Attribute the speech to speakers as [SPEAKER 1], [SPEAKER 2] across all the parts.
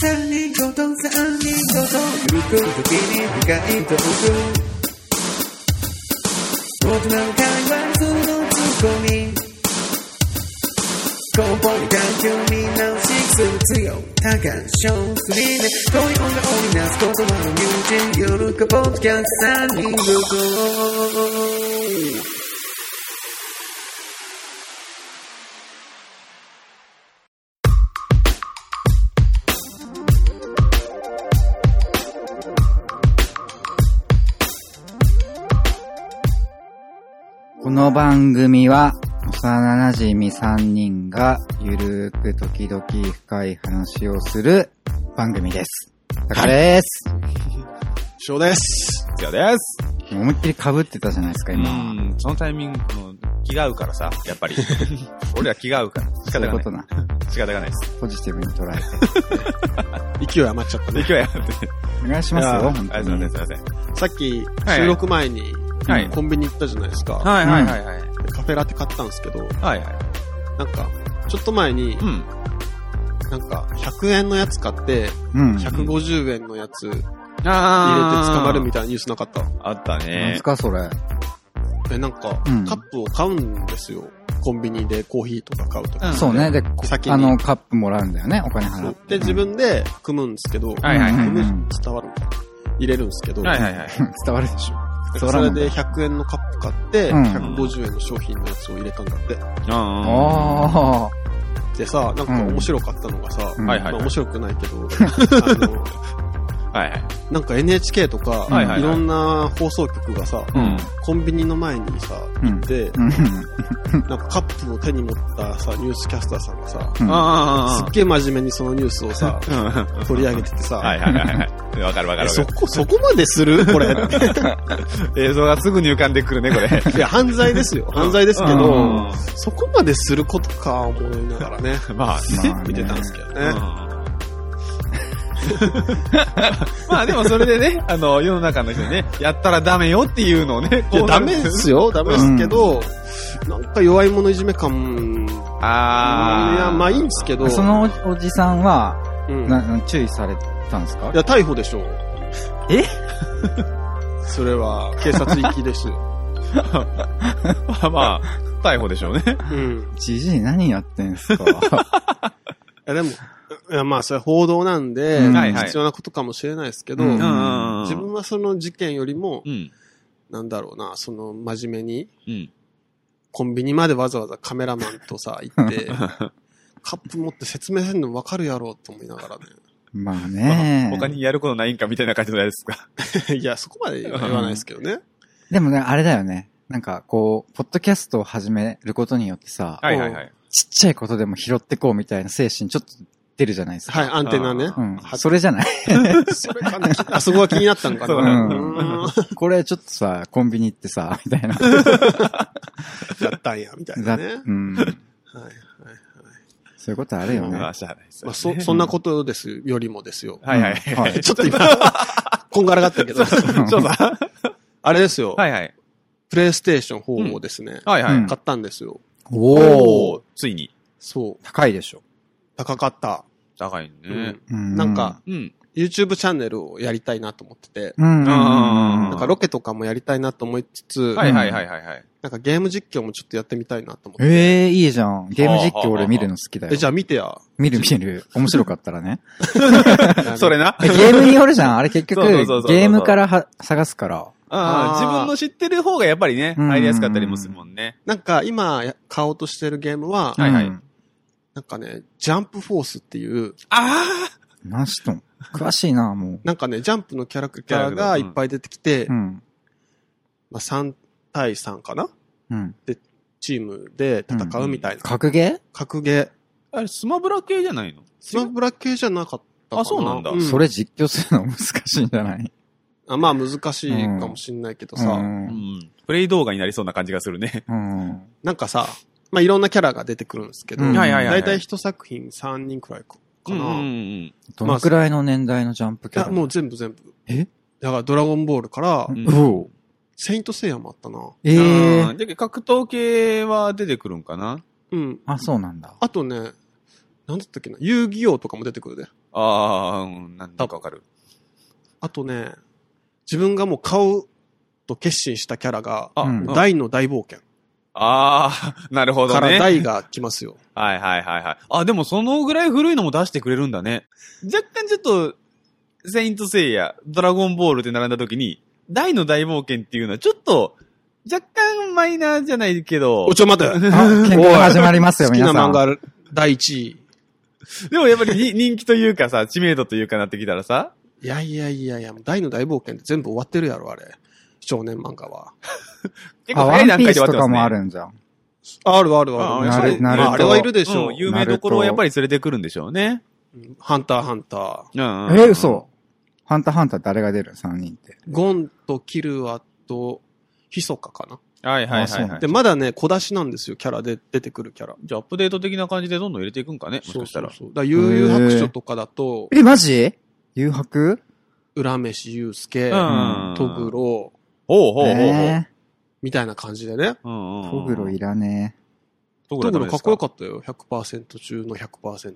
[SPEAKER 1] 三人ごと三人ごとゆくときに深いトーク大人の会話そのツッコミ根本に環境見直しする強多感症すりで恋音が織りなす言葉の友人夜かポッドキャスト三人ごと
[SPEAKER 2] この番組は、幼馴染み3人が、ゆるーく時々深い話をする番組です。だからです。
[SPEAKER 3] 翔です。じゃあです。
[SPEAKER 2] 思いっきり被ってたじゃないですか、
[SPEAKER 3] う
[SPEAKER 2] 今。
[SPEAKER 3] ん、そのタイミング、この、気が合うからさ、やっ ぱり。俺ら気が合うから。仕
[SPEAKER 2] そ
[SPEAKER 3] 方
[SPEAKER 2] うい
[SPEAKER 3] が
[SPEAKER 2] う
[SPEAKER 3] な
[SPEAKER 2] こ
[SPEAKER 3] い
[SPEAKER 2] と。な。
[SPEAKER 3] 仕方がないです。
[SPEAKER 2] ポジティブに捉えて。
[SPEAKER 4] 勢い余っちゃった
[SPEAKER 3] で、
[SPEAKER 4] ね
[SPEAKER 3] 今。日はやって。
[SPEAKER 2] お願いします
[SPEAKER 4] いや
[SPEAKER 2] よ、
[SPEAKER 4] ー
[SPEAKER 2] 本当
[SPEAKER 3] ありがとうございま
[SPEAKER 2] に
[SPEAKER 3] す。すいません。
[SPEAKER 4] さっき、
[SPEAKER 3] はい
[SPEAKER 4] 収録前に、
[SPEAKER 3] はい
[SPEAKER 4] コンビニ行ったじゃないですか。
[SPEAKER 3] はいはいはいはい。
[SPEAKER 4] カフェラテ買ったんですけど、
[SPEAKER 3] はいはい。
[SPEAKER 4] なんか、ちょっと前に、
[SPEAKER 3] うん。
[SPEAKER 4] なんか、100円のやつ買って、
[SPEAKER 2] うん。
[SPEAKER 4] 150円のやつ入れて
[SPEAKER 3] あ
[SPEAKER 4] 捕まるみた
[SPEAKER 3] た
[SPEAKER 4] いなニュースなかった。
[SPEAKER 3] いあった
[SPEAKER 2] 何
[SPEAKER 3] ね
[SPEAKER 2] す。か、それ。
[SPEAKER 4] え、なんか、
[SPEAKER 2] うん
[SPEAKER 4] カップを買うんですよ。コンビニでコーヒーとか買うとか。
[SPEAKER 2] そうね。で、
[SPEAKER 4] 先に
[SPEAKER 2] あの、カップもらうんだよね、お金払って。
[SPEAKER 4] で、自分で組むんですけど、
[SPEAKER 3] はいはいはい
[SPEAKER 4] 組む
[SPEAKER 2] うん
[SPEAKER 4] 伝わるのかな入れるんですけど、
[SPEAKER 3] はいはいはい。
[SPEAKER 2] 伝わるでしょ。伝わ
[SPEAKER 4] そ
[SPEAKER 2] ら
[SPEAKER 4] れ
[SPEAKER 2] んの
[SPEAKER 4] で100円のカップ買って、
[SPEAKER 2] うん
[SPEAKER 4] 150円の商品のやつを入れたんだって。
[SPEAKER 3] あ
[SPEAKER 2] あ
[SPEAKER 4] でさ、なんか面白かったのがさ、
[SPEAKER 2] うん
[SPEAKER 3] はいはい
[SPEAKER 4] まあ面白くないけ ど、あの、
[SPEAKER 3] あ。はいはい。
[SPEAKER 4] なんか NHK とか、
[SPEAKER 3] はい
[SPEAKER 4] い
[SPEAKER 3] はいはい
[SPEAKER 4] ろんな放送局がさ、
[SPEAKER 3] うん。
[SPEAKER 4] コンビニの前にさ、
[SPEAKER 2] あ。うん。
[SPEAKER 4] で、
[SPEAKER 2] うん。
[SPEAKER 4] なんかカップを手に持ったさ、ニュースキャスターさんがさ、
[SPEAKER 2] うん
[SPEAKER 3] あ
[SPEAKER 4] すっげえ真面目にそのニュースをさ、
[SPEAKER 3] あ。うん
[SPEAKER 4] 取り上げててさ、
[SPEAKER 3] はいはいはいはい。わかるわ
[SPEAKER 4] え
[SPEAKER 3] かる わ
[SPEAKER 4] そ
[SPEAKER 3] か
[SPEAKER 4] こ、そこまでするこれ。
[SPEAKER 3] る。映像がすぐに浮かんでくるね、これ。
[SPEAKER 4] いや、犯罪ですよ。犯罪ですけ
[SPEAKER 3] うん
[SPEAKER 4] ど、そこまですることか、思いながらね、
[SPEAKER 3] まあ、
[SPEAKER 2] まあね
[SPEAKER 4] 見てたんですけどね。
[SPEAKER 3] まあでもそれでね、あの、世の中の人にね、やったらダメよっていうのをね、
[SPEAKER 4] いや、
[SPEAKER 3] こうな
[SPEAKER 4] ダ
[SPEAKER 3] る
[SPEAKER 4] メですよ。ダメですけど、なんか弱い者いじめ感、
[SPEAKER 3] ああ。
[SPEAKER 4] いや、まあいいんですけど、
[SPEAKER 2] そのおじさんは、
[SPEAKER 4] うん、い
[SPEAKER 2] なな注意されたんですか
[SPEAKER 4] や、逮捕でしょう。
[SPEAKER 2] え
[SPEAKER 4] それは、警察行きです。
[SPEAKER 3] まあまあ、逮捕でしょうね。
[SPEAKER 4] うん。
[SPEAKER 2] じじい何やってんすか
[SPEAKER 4] いや、でも、いや、まあ、それは報道なんで、
[SPEAKER 2] うん
[SPEAKER 3] はいはい
[SPEAKER 4] 必要なことかもしれないですけど、
[SPEAKER 2] うん
[SPEAKER 4] 自分はその事件よりも、
[SPEAKER 3] うん。
[SPEAKER 4] なんだろうな、その、真面目に、
[SPEAKER 3] うん。
[SPEAKER 4] コンビニまでわざわざカメラマンとさ、行って、カップ持って説明せんの分かるやろうと思いながらね。
[SPEAKER 2] まあね。
[SPEAKER 3] 他にやることないんかみたいな感じのやつか。
[SPEAKER 4] いや、そこまで言わないですけどね。
[SPEAKER 2] でもね、あれだよね。なんか、こう、ポッドキャストを始めることによってさ、
[SPEAKER 3] はいはいはい。
[SPEAKER 2] ちっちゃいことでも拾ってこうみたいな精神ちょっと出るじゃないですか。
[SPEAKER 4] はい、アンテナね。
[SPEAKER 2] うん。
[SPEAKER 4] は
[SPEAKER 2] それじゃない
[SPEAKER 4] それかな あそこが気になったのか
[SPEAKER 3] そ
[SPEAKER 2] な
[SPEAKER 3] う
[SPEAKER 4] な。
[SPEAKER 2] んだ
[SPEAKER 4] うーん
[SPEAKER 2] これちょっとさ、コンビニ行ってさ、みたいな。
[SPEAKER 4] やったんや、みたいなね。はい
[SPEAKER 2] うん。
[SPEAKER 4] はい
[SPEAKER 2] そういうことあるよね。
[SPEAKER 3] まあ、しゃあないです。
[SPEAKER 4] まあ、そ、そんなことですよりもで すよ。
[SPEAKER 3] はいはいは
[SPEAKER 2] はい
[SPEAKER 3] い。
[SPEAKER 4] ちょっと今、こんがらがったけど。
[SPEAKER 3] そうだ。
[SPEAKER 4] あれですよ。
[SPEAKER 3] はいはい。
[SPEAKER 4] プレイステーション4をですね、
[SPEAKER 3] はいは
[SPEAKER 2] うん
[SPEAKER 3] い。
[SPEAKER 4] 買ったんですよ。
[SPEAKER 2] おー。
[SPEAKER 3] ー。ついに。
[SPEAKER 4] そう。
[SPEAKER 2] 高いでしょ。
[SPEAKER 4] 高かった。
[SPEAKER 3] 高いね。
[SPEAKER 2] うん
[SPEAKER 4] なんか、、
[SPEAKER 3] うん。
[SPEAKER 4] YouTube チャンネルをやりたいなと思ってて、
[SPEAKER 2] うん。
[SPEAKER 3] あー
[SPEAKER 4] なんかロケとかもやりたいなと思いつつ、
[SPEAKER 3] はいはいはいはいはい。
[SPEAKER 4] なんかゲーム実況もちょっとやってみたいなと思って。
[SPEAKER 2] ええいいじゃん。ゲーム実況俺見るの好きだよ。
[SPEAKER 4] え、じゃあ見て や。
[SPEAKER 2] 見る見る。面白かったらね。
[SPEAKER 3] それな。
[SPEAKER 2] えゲームによるじゃん。あれ結局、
[SPEAKER 3] そうそ
[SPEAKER 2] ゲ
[SPEAKER 3] うそうそう
[SPEAKER 2] ームからは探すから。
[SPEAKER 3] ああ、
[SPEAKER 4] あー
[SPEAKER 3] 自分の知ってる方がやっぱりね、
[SPEAKER 2] うん
[SPEAKER 3] 入りやすかったりもするもんね。
[SPEAKER 4] なんか今や買おうとしてるゲームは、
[SPEAKER 3] はいはい
[SPEAKER 2] うん
[SPEAKER 4] なんかね、ジャンプフォースっていう、
[SPEAKER 3] あ
[SPEAKER 2] 何しとん。詳しいな、も
[SPEAKER 4] なんかね、ジャンプのキャラクターがいっぱい出てきて、
[SPEAKER 2] う。うん。
[SPEAKER 4] まあ、3対3かな
[SPEAKER 2] うん。
[SPEAKER 4] チームで戦うみたいな。
[SPEAKER 2] 格ゲ
[SPEAKER 4] 格ゲー。
[SPEAKER 3] ああれ、スマブラ系じゃないの
[SPEAKER 4] スマブラ系じゃなかったかな。
[SPEAKER 3] あそうなんだ
[SPEAKER 2] ーそれ実況するの難しいんじゃない
[SPEAKER 4] あまあ難しいかもしんないけどさ、
[SPEAKER 2] うん
[SPEAKER 3] うん。プレイ動画になりそうな感じがするね。
[SPEAKER 2] うん。
[SPEAKER 4] なんかさ、まあいろんなキャラが出てくるんですけど、
[SPEAKER 2] うんはいはい
[SPEAKER 3] はいはい
[SPEAKER 4] だいたい一作品3人くらいかかな。
[SPEAKER 3] うんうん
[SPEAKER 4] い
[SPEAKER 2] どのくらいの年代のジャンプキャ
[SPEAKER 4] や、
[SPEAKER 2] ラ
[SPEAKER 4] もう全部全部。
[SPEAKER 2] え
[SPEAKER 4] だからドラゴンボールから、
[SPEAKER 3] ん
[SPEAKER 2] うおう
[SPEAKER 4] セイントセイヤもあったな。
[SPEAKER 2] え
[SPEAKER 3] うん
[SPEAKER 2] え
[SPEAKER 3] あーで格闘系は出てくるんかな
[SPEAKER 4] うん。
[SPEAKER 2] あ、そうなんだ。
[SPEAKER 4] あとね、なんだったっけな、遊戯王とかも出てくるで。
[SPEAKER 3] ああ、うん、なんだかわかる。
[SPEAKER 4] あとね、自分がもう買うと決心したキャラが、
[SPEAKER 3] あ、
[SPEAKER 2] うん
[SPEAKER 3] うん
[SPEAKER 4] 大の大冒険
[SPEAKER 3] ああ、 なるほ
[SPEAKER 4] か
[SPEAKER 3] ど
[SPEAKER 4] ら
[SPEAKER 3] ね。
[SPEAKER 4] 大が来ますよ。
[SPEAKER 3] はいはいはいはい。あ、でもそのぐらい古いのも出してくれるんだね。若干ちょっと、セイントセイヤ、ドラゴンボールって並んだ時に、大の大冒険っていうのはちょっと、若干マイナーじゃないけど
[SPEAKER 4] お、ちょ待て
[SPEAKER 2] あ喧嘩が始まりますよ、
[SPEAKER 4] 好き
[SPEAKER 2] 皆
[SPEAKER 4] な
[SPEAKER 2] さん。
[SPEAKER 4] 漫画第1位。
[SPEAKER 3] でもやっぱりに 人気というかさ、知名度というかなってきたらさ、
[SPEAKER 4] いやいやいやいや、大の大冒険って全部終わってるやろ、あれ。少年漫画は。
[SPEAKER 3] 結
[SPEAKER 2] あ、
[SPEAKER 3] 構
[SPEAKER 2] ワ
[SPEAKER 3] 早
[SPEAKER 2] ン
[SPEAKER 3] い段
[SPEAKER 2] ピー
[SPEAKER 3] 階
[SPEAKER 2] ス
[SPEAKER 3] で終わ
[SPEAKER 2] と
[SPEAKER 3] ってま
[SPEAKER 2] か
[SPEAKER 3] すね。
[SPEAKER 2] もあるんじゃん。
[SPEAKER 4] あるある
[SPEAKER 3] あ
[SPEAKER 4] あ
[SPEAKER 3] あ
[SPEAKER 2] な
[SPEAKER 4] る。や
[SPEAKER 2] る
[SPEAKER 4] っぱり
[SPEAKER 2] なる
[SPEAKER 4] まああれはいるでしょ
[SPEAKER 3] うん、有名どころはやっぱり連れてくるんでしょうね。
[SPEAKER 4] ハンターハンター。
[SPEAKER 3] うんうん
[SPEAKER 2] え、嘘。ハンターハンター誰が出る ?3 人って。
[SPEAKER 4] ゴンとキルアと、ヒソカかな。
[SPEAKER 3] はいはい
[SPEAKER 2] あそ
[SPEAKER 3] は
[SPEAKER 2] う
[SPEAKER 3] い、
[SPEAKER 2] な
[SPEAKER 3] は
[SPEAKER 2] ん
[SPEAKER 3] い
[SPEAKER 4] で、。まだね、小出しなんですよ、キャラで出てくるキャラ。
[SPEAKER 3] じゃあアップデート的な感じでどんどん入れていくんかね、もし
[SPEAKER 4] そう
[SPEAKER 3] かし
[SPEAKER 4] そ
[SPEAKER 3] た
[SPEAKER 4] う
[SPEAKER 3] ら。
[SPEAKER 4] そう。だから悠々白書とかだと、
[SPEAKER 2] え、マジ誘白
[SPEAKER 4] 浦飯祐介、
[SPEAKER 2] ん
[SPEAKER 4] トグロ、
[SPEAKER 3] ほうほうほうほう。
[SPEAKER 2] え
[SPEAKER 4] みたいな感じでね。
[SPEAKER 3] うんうんう
[SPEAKER 2] ー
[SPEAKER 3] ん
[SPEAKER 2] トグロいらね
[SPEAKER 3] ト
[SPEAKER 4] トグロかっこよ
[SPEAKER 3] っ
[SPEAKER 4] かったよ。100%中の100%。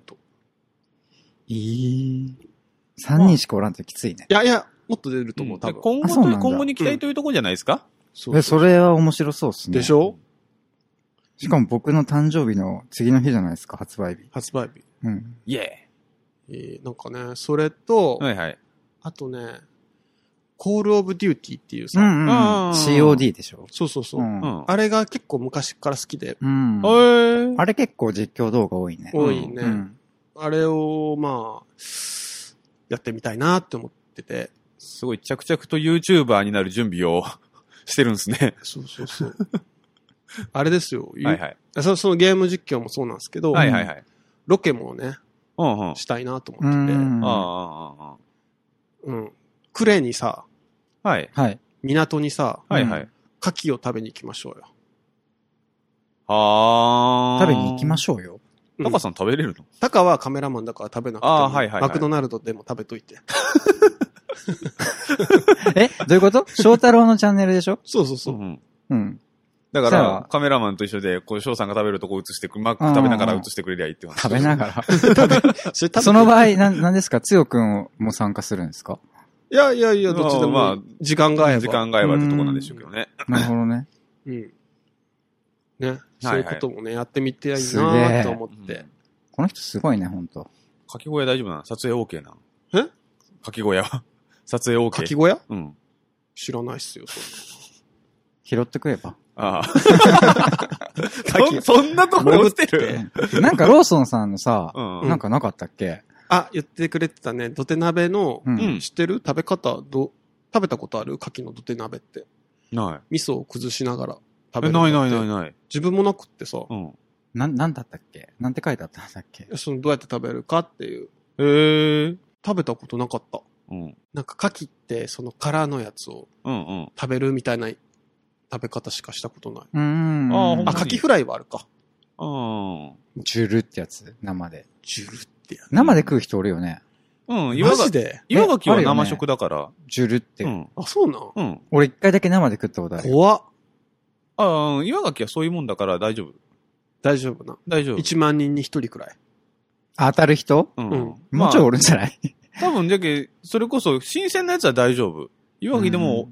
[SPEAKER 2] え。
[SPEAKER 4] い
[SPEAKER 2] いい。3人しかおらんときついね。
[SPEAKER 4] やいや、もっと出ると思う、多
[SPEAKER 3] 今
[SPEAKER 4] 分。
[SPEAKER 3] 後
[SPEAKER 2] あそう
[SPEAKER 3] と
[SPEAKER 2] なんだ
[SPEAKER 3] 今後に期待というところじゃないですか、
[SPEAKER 4] そ
[SPEAKER 2] え、
[SPEAKER 4] うそう
[SPEAKER 2] それは面白そうっすね。
[SPEAKER 4] でしょ
[SPEAKER 2] しかも僕の誕生日の次の日じゃないですか、発売日。
[SPEAKER 4] 発売日。
[SPEAKER 2] うん。
[SPEAKER 3] イエ
[SPEAKER 4] えーなんかね、それと、
[SPEAKER 3] ーイはいはい。
[SPEAKER 4] あとね、コールオブデューティーっていう
[SPEAKER 2] う
[SPEAKER 4] さ、
[SPEAKER 2] んうんうん
[SPEAKER 3] あ。ー
[SPEAKER 2] COD でしょ。
[SPEAKER 4] そうそうそうう、
[SPEAKER 2] ん。
[SPEAKER 3] うん。
[SPEAKER 4] あれが結構昔から好きで、
[SPEAKER 2] うん。
[SPEAKER 3] え
[SPEAKER 2] あれ結構実況動画多いね。
[SPEAKER 4] 多いね、
[SPEAKER 2] うん。
[SPEAKER 4] あれを、まあ、やってみたいなって思ってて。
[SPEAKER 3] すごい、着々と YouTuber になる準備を してるんですね。
[SPEAKER 4] そうそうそう。 あれですよ、
[SPEAKER 3] はいはい。
[SPEAKER 4] そ。そのゲーム実況もそうなんですけど、
[SPEAKER 3] はいはいはい。
[SPEAKER 4] ロケもね、
[SPEAKER 3] うんうん。あ
[SPEAKER 4] したいなと
[SPEAKER 2] う
[SPEAKER 4] 思ってて、
[SPEAKER 2] ん。は
[SPEAKER 3] あああああ
[SPEAKER 4] うん。クレにさ、
[SPEAKER 3] あ。はい。
[SPEAKER 2] い。
[SPEAKER 4] 港にさ、
[SPEAKER 3] はいはい。
[SPEAKER 4] 牡蠣を食べに行きましょうよ。
[SPEAKER 3] はあ。
[SPEAKER 2] 食べに行きま
[SPEAKER 3] し
[SPEAKER 2] しょうよ。
[SPEAKER 4] ょう
[SPEAKER 3] タカさん食べれるの
[SPEAKER 4] タカはカメラマンだから食べなくても、
[SPEAKER 3] あーはいはいはい
[SPEAKER 4] マクドナルドでも食べといて。
[SPEAKER 2] え、どういうこと翔太郎のチャンネルでしょ
[SPEAKER 4] そうそうそうう。
[SPEAKER 3] ん。
[SPEAKER 2] うん。
[SPEAKER 3] だか
[SPEAKER 2] じゃあ
[SPEAKER 3] ら、カメラマンと一緒で、こう、翔さんが食べるとこ映してく、マック食べながら映してくれりゃいいって話。
[SPEAKER 2] 食べながら。
[SPEAKER 4] それ食べて
[SPEAKER 2] その場合、な、なんですかつよくんも参加するんですか
[SPEAKER 4] いやいやいや、どっちでも、
[SPEAKER 3] まあ
[SPEAKER 4] 時間が合えば。
[SPEAKER 3] 時間が合えばってとこなんでしょうけどね。
[SPEAKER 2] なるほどね。
[SPEAKER 4] うん。ね。
[SPEAKER 3] いは
[SPEAKER 4] そう
[SPEAKER 3] い
[SPEAKER 4] いうこともね、やってみてはいいなと思って。
[SPEAKER 3] うん
[SPEAKER 2] この人すごいね、ほんと。
[SPEAKER 3] かき小屋大丈夫なの撮影 OK な
[SPEAKER 4] え
[SPEAKER 3] のかき小屋は。 撮影 OK。
[SPEAKER 4] かき小屋
[SPEAKER 3] うん。
[SPEAKER 4] 知らないっすよ、そん
[SPEAKER 2] 拾ってくれば。
[SPEAKER 3] ああ。そそんなところ落ちて
[SPEAKER 4] え
[SPEAKER 3] る
[SPEAKER 2] なんかローソンさんのさ、
[SPEAKER 3] うん。
[SPEAKER 2] なんかなかったっけ
[SPEAKER 4] なあ、言ってくれてたね、土手鍋の、
[SPEAKER 2] うん
[SPEAKER 3] うん
[SPEAKER 4] 知ってる食べ方、ど、食べたことある牡蠣の土手鍋って。
[SPEAKER 3] な
[SPEAKER 4] 味噌を崩しながら食
[SPEAKER 3] い。
[SPEAKER 4] べ
[SPEAKER 3] え
[SPEAKER 4] る。
[SPEAKER 3] ないないない
[SPEAKER 4] い。
[SPEAKER 3] ない。
[SPEAKER 4] 自分もなくってさ、
[SPEAKER 3] うん。
[SPEAKER 2] なん、なんだったっけなんて書いてあったんだっけ
[SPEAKER 4] そのどうやって食べるかっていう。
[SPEAKER 3] へえ。
[SPEAKER 4] 食べたことなかった。
[SPEAKER 3] うん。
[SPEAKER 4] なんか牡蠣って、その殻のやつを
[SPEAKER 3] うんうん。
[SPEAKER 4] 食べるみたいな食べ方しかしたことない。
[SPEAKER 2] うーん。
[SPEAKER 3] あーほん
[SPEAKER 4] あ、
[SPEAKER 3] と
[SPEAKER 4] 牡蠣フライはあるか。
[SPEAKER 3] うん。
[SPEAKER 2] ジュルってやつ、生で。
[SPEAKER 4] ジュルってや
[SPEAKER 2] 生で食う人おるよね。
[SPEAKER 3] う
[SPEAKER 4] つ。
[SPEAKER 3] ん。岩
[SPEAKER 4] マジ
[SPEAKER 3] 垣、
[SPEAKER 4] で
[SPEAKER 3] 岩垣
[SPEAKER 2] えあ
[SPEAKER 3] は
[SPEAKER 2] るよね
[SPEAKER 3] 生食だから。
[SPEAKER 2] ジュルって。
[SPEAKER 3] うん。
[SPEAKER 4] あ、そうなん
[SPEAKER 3] うん。
[SPEAKER 2] 俺一回だけ生で食ったことあるよ。
[SPEAKER 4] 怖っ。
[SPEAKER 3] ああ、うん岩垣はそういうもんだから大丈夫。
[SPEAKER 4] 大丈夫な。
[SPEAKER 3] 大丈夫。
[SPEAKER 4] 1万人に1人くらい。
[SPEAKER 2] あ当たる人
[SPEAKER 3] うん
[SPEAKER 4] うん
[SPEAKER 2] もうちょいおるんじゃない
[SPEAKER 3] 多分、じゃけ、それこそ、新鮮なやつは大丈夫。岩木でも、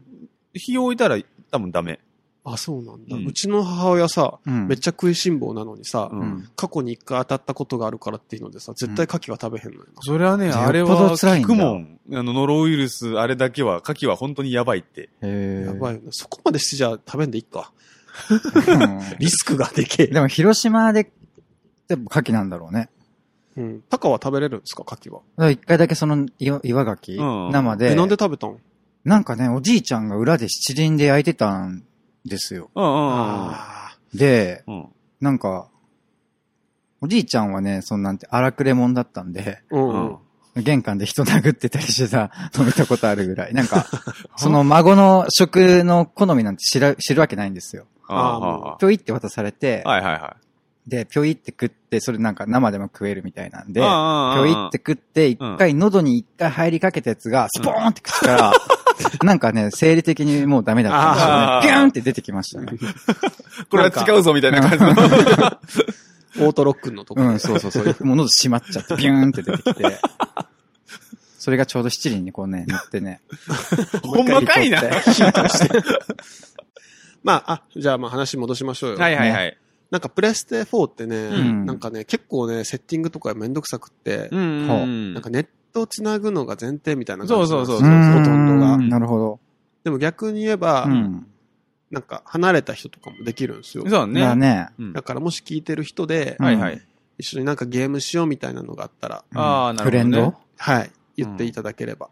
[SPEAKER 3] 火を置いたら多分ダメ。
[SPEAKER 4] あ、そうなんだ。
[SPEAKER 3] う
[SPEAKER 4] うんちの母親さ、
[SPEAKER 2] うん
[SPEAKER 4] めっちゃ食いしん坊なのにさ、
[SPEAKER 3] う
[SPEAKER 2] うんん。
[SPEAKER 4] 過去に一回当たったことがあるからっていうのでさ、絶対牡蠣は食べへんのよな。
[SPEAKER 3] それはね、
[SPEAKER 2] よっぽど
[SPEAKER 3] あれは
[SPEAKER 2] 辛いん
[SPEAKER 3] 聞
[SPEAKER 2] だ
[SPEAKER 3] くもん。あの、ノロウイルス、あれだけは、牡蠣は本当にやばいって。
[SPEAKER 2] へ
[SPEAKER 4] やば
[SPEAKER 2] い。
[SPEAKER 4] いよね。そこまでしてじゃあ食べんでいいか。
[SPEAKER 2] うん
[SPEAKER 4] リスクがでけえ。
[SPEAKER 2] でも広島で、やっぱ牡蠣なんだろうね。
[SPEAKER 4] うん。タカは食べれるんですか牡蠣
[SPEAKER 2] だ
[SPEAKER 4] は。
[SPEAKER 2] から一回だけその岩岩牡
[SPEAKER 3] う
[SPEAKER 2] 蠣
[SPEAKER 3] ん
[SPEAKER 2] 生で、
[SPEAKER 4] え、なんで食べたん
[SPEAKER 2] なんかね、おじいちゃんが裏で七輪で焼いてたんですよ。
[SPEAKER 3] うんうん
[SPEAKER 4] あ
[SPEAKER 2] で、
[SPEAKER 3] うん。
[SPEAKER 2] なんか、おじいちゃんはね、そんなんて荒くれ者だったんで、
[SPEAKER 4] あ。うん
[SPEAKER 3] う
[SPEAKER 4] うん
[SPEAKER 3] ん。。
[SPEAKER 2] 玄関で人殴ってたりして たの見たことあるぐらい。なんか、その孫の食の好みなんて知ら、知るわけないんですよ。
[SPEAKER 4] あー
[SPEAKER 3] あ
[SPEAKER 2] ぴょいって渡されて、
[SPEAKER 3] あ。はいはいは
[SPEAKER 2] で、ぴょいって食って、それなんか生でも食えるみたいなん
[SPEAKER 3] い。
[SPEAKER 2] で、
[SPEAKER 3] あ
[SPEAKER 2] ぴ
[SPEAKER 3] あ
[SPEAKER 2] ょいって。食って、一回喉に一回入りかけたやつが、スポーンって口から、 なんかね、生理的にもうダメだったんですよね。
[SPEAKER 3] あー
[SPEAKER 2] ビューンって出てきました ね。
[SPEAKER 3] これは違うぞみたいな感じ の。
[SPEAKER 4] オートロックンのとこ
[SPEAKER 2] うん、そうそうそう。もう喉閉まっちゃって、ビューンって出てきて。それがちょうど七輪にこうね、乗ってね。
[SPEAKER 3] ほんまかいな。
[SPEAKER 2] もう一回
[SPEAKER 3] ヒントして。
[SPEAKER 4] まあ、あ、じゃあまあ話戻しましょうよ。
[SPEAKER 3] はいはいはい。
[SPEAKER 4] なんかプレステ4ってね、
[SPEAKER 2] ん
[SPEAKER 4] なんかね、結構ね、セッティングとかめんどくさくって、
[SPEAKER 3] うんうんうん。
[SPEAKER 4] なんかネットをつなぐのが前提みたいな感じ
[SPEAKER 3] そうそうそうう
[SPEAKER 2] ー
[SPEAKER 3] そ
[SPEAKER 2] ん
[SPEAKER 4] ほとんどが。
[SPEAKER 2] なるほど。
[SPEAKER 4] でも逆に言えば、
[SPEAKER 2] うん。
[SPEAKER 4] なんか離れた人とかもできるんですよ
[SPEAKER 3] そう。だ
[SPEAKER 2] だ
[SPEAKER 3] ね。
[SPEAKER 2] ね。
[SPEAKER 3] うん
[SPEAKER 4] だからもし聞いてる人で、
[SPEAKER 2] うん
[SPEAKER 3] はいはい。
[SPEAKER 4] 一緒になんかゲームしようみたいなのがあったら、
[SPEAKER 2] うん
[SPEAKER 3] あーなるほどね
[SPEAKER 2] フレンド
[SPEAKER 4] はい、言っていただければ。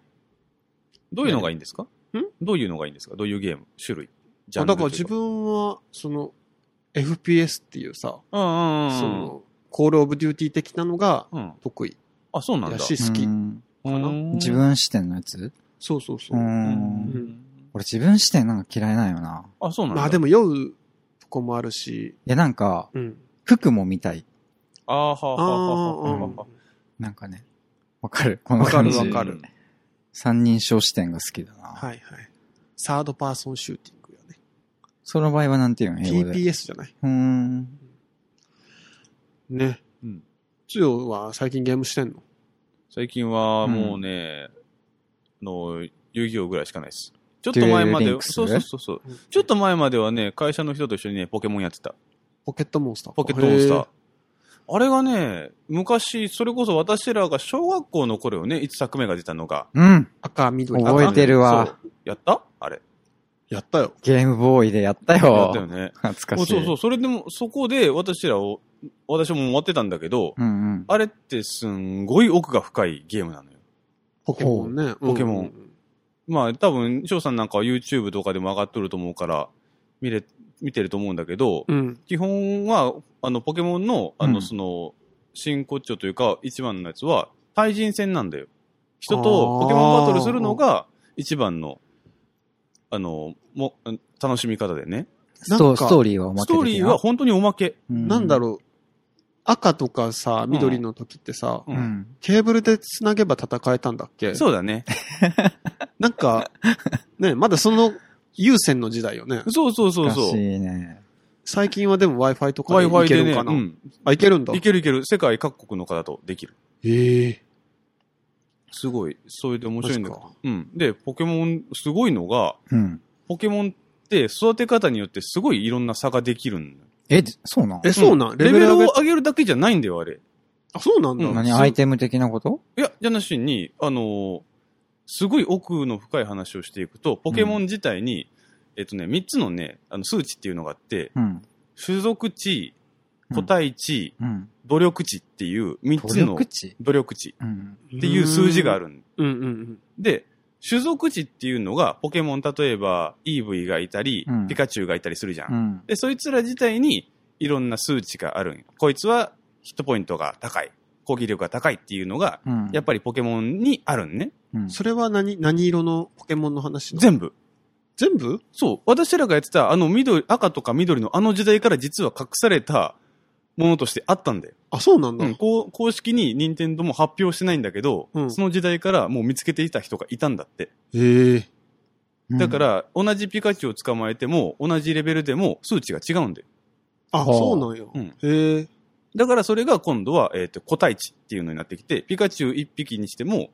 [SPEAKER 3] どういうのがいいんですか
[SPEAKER 4] ん
[SPEAKER 3] どういうのがいいんですかどういうゲーム種類ジャ
[SPEAKER 4] あ
[SPEAKER 3] ンル
[SPEAKER 4] だか
[SPEAKER 3] とい
[SPEAKER 4] ら
[SPEAKER 3] う
[SPEAKER 4] 自分は、その、FPS っていうさ、
[SPEAKER 3] うんうんうん。
[SPEAKER 4] その、コールオブデューティー的なのが
[SPEAKER 3] うん。
[SPEAKER 4] 得意
[SPEAKER 3] あ、そうなんだ
[SPEAKER 4] だ。し、好き。
[SPEAKER 2] うん
[SPEAKER 3] うん
[SPEAKER 2] 自分視点のやつ。
[SPEAKER 4] そうそうそうう。
[SPEAKER 3] うんん。
[SPEAKER 2] 俺自分視点なんか嫌いなんよな。
[SPEAKER 3] あ、そうなんだ。
[SPEAKER 4] まあでも酔うとこもあるし、
[SPEAKER 2] いや、なんか、
[SPEAKER 4] うん。
[SPEAKER 2] 服も見たい。
[SPEAKER 3] あーはあはあはあはあはあ
[SPEAKER 4] あ
[SPEAKER 2] なんかね。わかるこ
[SPEAKER 4] あ、
[SPEAKER 2] の
[SPEAKER 4] わか
[SPEAKER 2] 感
[SPEAKER 4] る
[SPEAKER 2] じ。
[SPEAKER 4] わかる。
[SPEAKER 2] 三人称視点が好きだな。
[SPEAKER 4] はいはい。サードパーソンシューティングよね。
[SPEAKER 2] その場合はなんていうの英語で。
[SPEAKER 4] TPS じゃない。
[SPEAKER 2] うーん。
[SPEAKER 4] ね。
[SPEAKER 3] うん。
[SPEAKER 4] つよは最近ゲームしてんの
[SPEAKER 3] 最近はもうね、あの、遊戯王ぐらいしかないです。ちょっと前
[SPEAKER 2] デュエル
[SPEAKER 3] ま
[SPEAKER 2] リ
[SPEAKER 3] で
[SPEAKER 2] ン、クス
[SPEAKER 3] そうそうそうそう。ちょっと前まではね、会社の人と一緒にね、ポケモンやってた。
[SPEAKER 4] ポケットモンスターか。
[SPEAKER 3] ポケットモンスタ
[SPEAKER 4] へ
[SPEAKER 3] ー。あれがね、昔、それこそ私らが小学校の頃よね、1作目が出たのが。
[SPEAKER 2] うん
[SPEAKER 4] 赤、緑。
[SPEAKER 2] 覚えてるわ。
[SPEAKER 3] そう。やったあれ。
[SPEAKER 4] やったよ。
[SPEAKER 2] ゲームボーイでやった
[SPEAKER 3] やったよ
[SPEAKER 2] よ。
[SPEAKER 3] ね。
[SPEAKER 2] 懐かし
[SPEAKER 3] も。
[SPEAKER 2] いう
[SPEAKER 3] そうそう。それでも、そこで私らを、私も終わってたんだけど、
[SPEAKER 2] うんうん。
[SPEAKER 3] あれってすんごい奥が深いゲームなのよ。
[SPEAKER 4] ポケモンね。
[SPEAKER 3] ポケモン
[SPEAKER 4] うんうんうん。
[SPEAKER 3] まあ多分、翔さんなんかは YouTube とかでも上がっとると思うから、見れ、見てると思うんだけど、
[SPEAKER 4] うん。
[SPEAKER 3] 基本は、あの、ポケモンの、あ
[SPEAKER 2] う
[SPEAKER 3] の、
[SPEAKER 2] ん
[SPEAKER 3] その、真骨頂というか、一番のやつは、対人戦なんだよ。人とポケモンバトルするのが、一番の、あの、も、楽しみ方でね。
[SPEAKER 2] スト
[SPEAKER 4] なんか
[SPEAKER 2] ストーリーはおま
[SPEAKER 3] ス
[SPEAKER 2] け
[SPEAKER 3] ト
[SPEAKER 2] 的
[SPEAKER 3] ー
[SPEAKER 2] な
[SPEAKER 3] リーは、本当におまけ。
[SPEAKER 4] なんだ
[SPEAKER 2] ろ
[SPEAKER 4] ろう。赤とかさ、緑の時ってさ、
[SPEAKER 3] う
[SPEAKER 2] うん。うん
[SPEAKER 4] ケーブルで繋げば戦えたんだっけ
[SPEAKER 3] そうだね。
[SPEAKER 4] なん か、ね、まだその優先の時代よね。
[SPEAKER 3] そうそうそ う
[SPEAKER 2] 懐
[SPEAKER 3] そ
[SPEAKER 2] かし
[SPEAKER 3] う。
[SPEAKER 2] いね。
[SPEAKER 4] 最近はでも Wi-Fi とかで
[SPEAKER 3] Wi-Fi
[SPEAKER 4] いけ
[SPEAKER 3] で
[SPEAKER 4] る
[SPEAKER 3] ね、
[SPEAKER 4] のかな、
[SPEAKER 3] うん。
[SPEAKER 4] あ、いけるんだ。
[SPEAKER 3] いけるいける。世界各国の方とできる。
[SPEAKER 4] ええ
[SPEAKER 3] すごい。それで面
[SPEAKER 4] 面
[SPEAKER 3] 白
[SPEAKER 4] 白
[SPEAKER 3] い
[SPEAKER 4] い
[SPEAKER 3] ん
[SPEAKER 4] んだ
[SPEAKER 3] だけど。うん。で、ポケモン、すごいのが、
[SPEAKER 2] うん。
[SPEAKER 3] ポケモンって育て方によってすごいいろんな差ができるんだ
[SPEAKER 2] え、
[SPEAKER 3] よ
[SPEAKER 2] そうなん
[SPEAKER 4] え、そうなん、
[SPEAKER 3] レベル
[SPEAKER 4] 上
[SPEAKER 3] を
[SPEAKER 4] げ
[SPEAKER 3] 上げるだけじゃないんだよ、あれ。
[SPEAKER 4] あ、そうなんだ。
[SPEAKER 3] うん
[SPEAKER 2] 何アイテム的なこと
[SPEAKER 3] いや、じゃなしに、あのーすごい奥の深い話をしていくと、ポケモン自体に、えっとね、3つのね、あの数値っていうのがあって、
[SPEAKER 2] うん。
[SPEAKER 3] 種族値、
[SPEAKER 2] うん
[SPEAKER 3] 個体値、
[SPEAKER 2] うん。
[SPEAKER 3] 努力値っていう3
[SPEAKER 2] 努
[SPEAKER 3] つの
[SPEAKER 2] 力値
[SPEAKER 3] 努力値
[SPEAKER 2] うん。
[SPEAKER 3] っていう数字があ
[SPEAKER 4] る。
[SPEAKER 3] るん
[SPEAKER 4] うんうんうん。
[SPEAKER 3] で、種族値っていうのが、ポケモン、例えば、イーブイがいたり、
[SPEAKER 2] うん
[SPEAKER 3] ピカチュウがいたりするじゃん。
[SPEAKER 2] うん。
[SPEAKER 3] で、そいつら自体に、いろんな数値があるんよこいつは、ヒットポイントが高い、攻撃力が高いっていうのが、
[SPEAKER 2] うん。
[SPEAKER 3] やっぱりポケモンにあるんね。
[SPEAKER 2] うん
[SPEAKER 4] それは何、何色のポケモンの話なの
[SPEAKER 3] 全部。
[SPEAKER 4] 全部
[SPEAKER 3] そう。私らがやってた、あの緑、赤とか緑のあの時代から実は隠されたものとしてあったんだよ。
[SPEAKER 4] あ、そうなんだ。
[SPEAKER 3] うん。こう公式に任天堂も発表してないんだけど、
[SPEAKER 4] うん
[SPEAKER 3] その時代からもう見つけていた人がいたんだって。
[SPEAKER 4] ええ
[SPEAKER 2] うん
[SPEAKER 3] だか、ら、同じピカチュウを捕まえても、同じレベルでも数値が違うんだよ。
[SPEAKER 4] あ、
[SPEAKER 2] ほう
[SPEAKER 4] そうなんや。
[SPEAKER 3] うん
[SPEAKER 4] へえ。
[SPEAKER 3] だからそれが今度は、えっ、と、個体値っていうのになってきて、ピカチュウ1匹にしても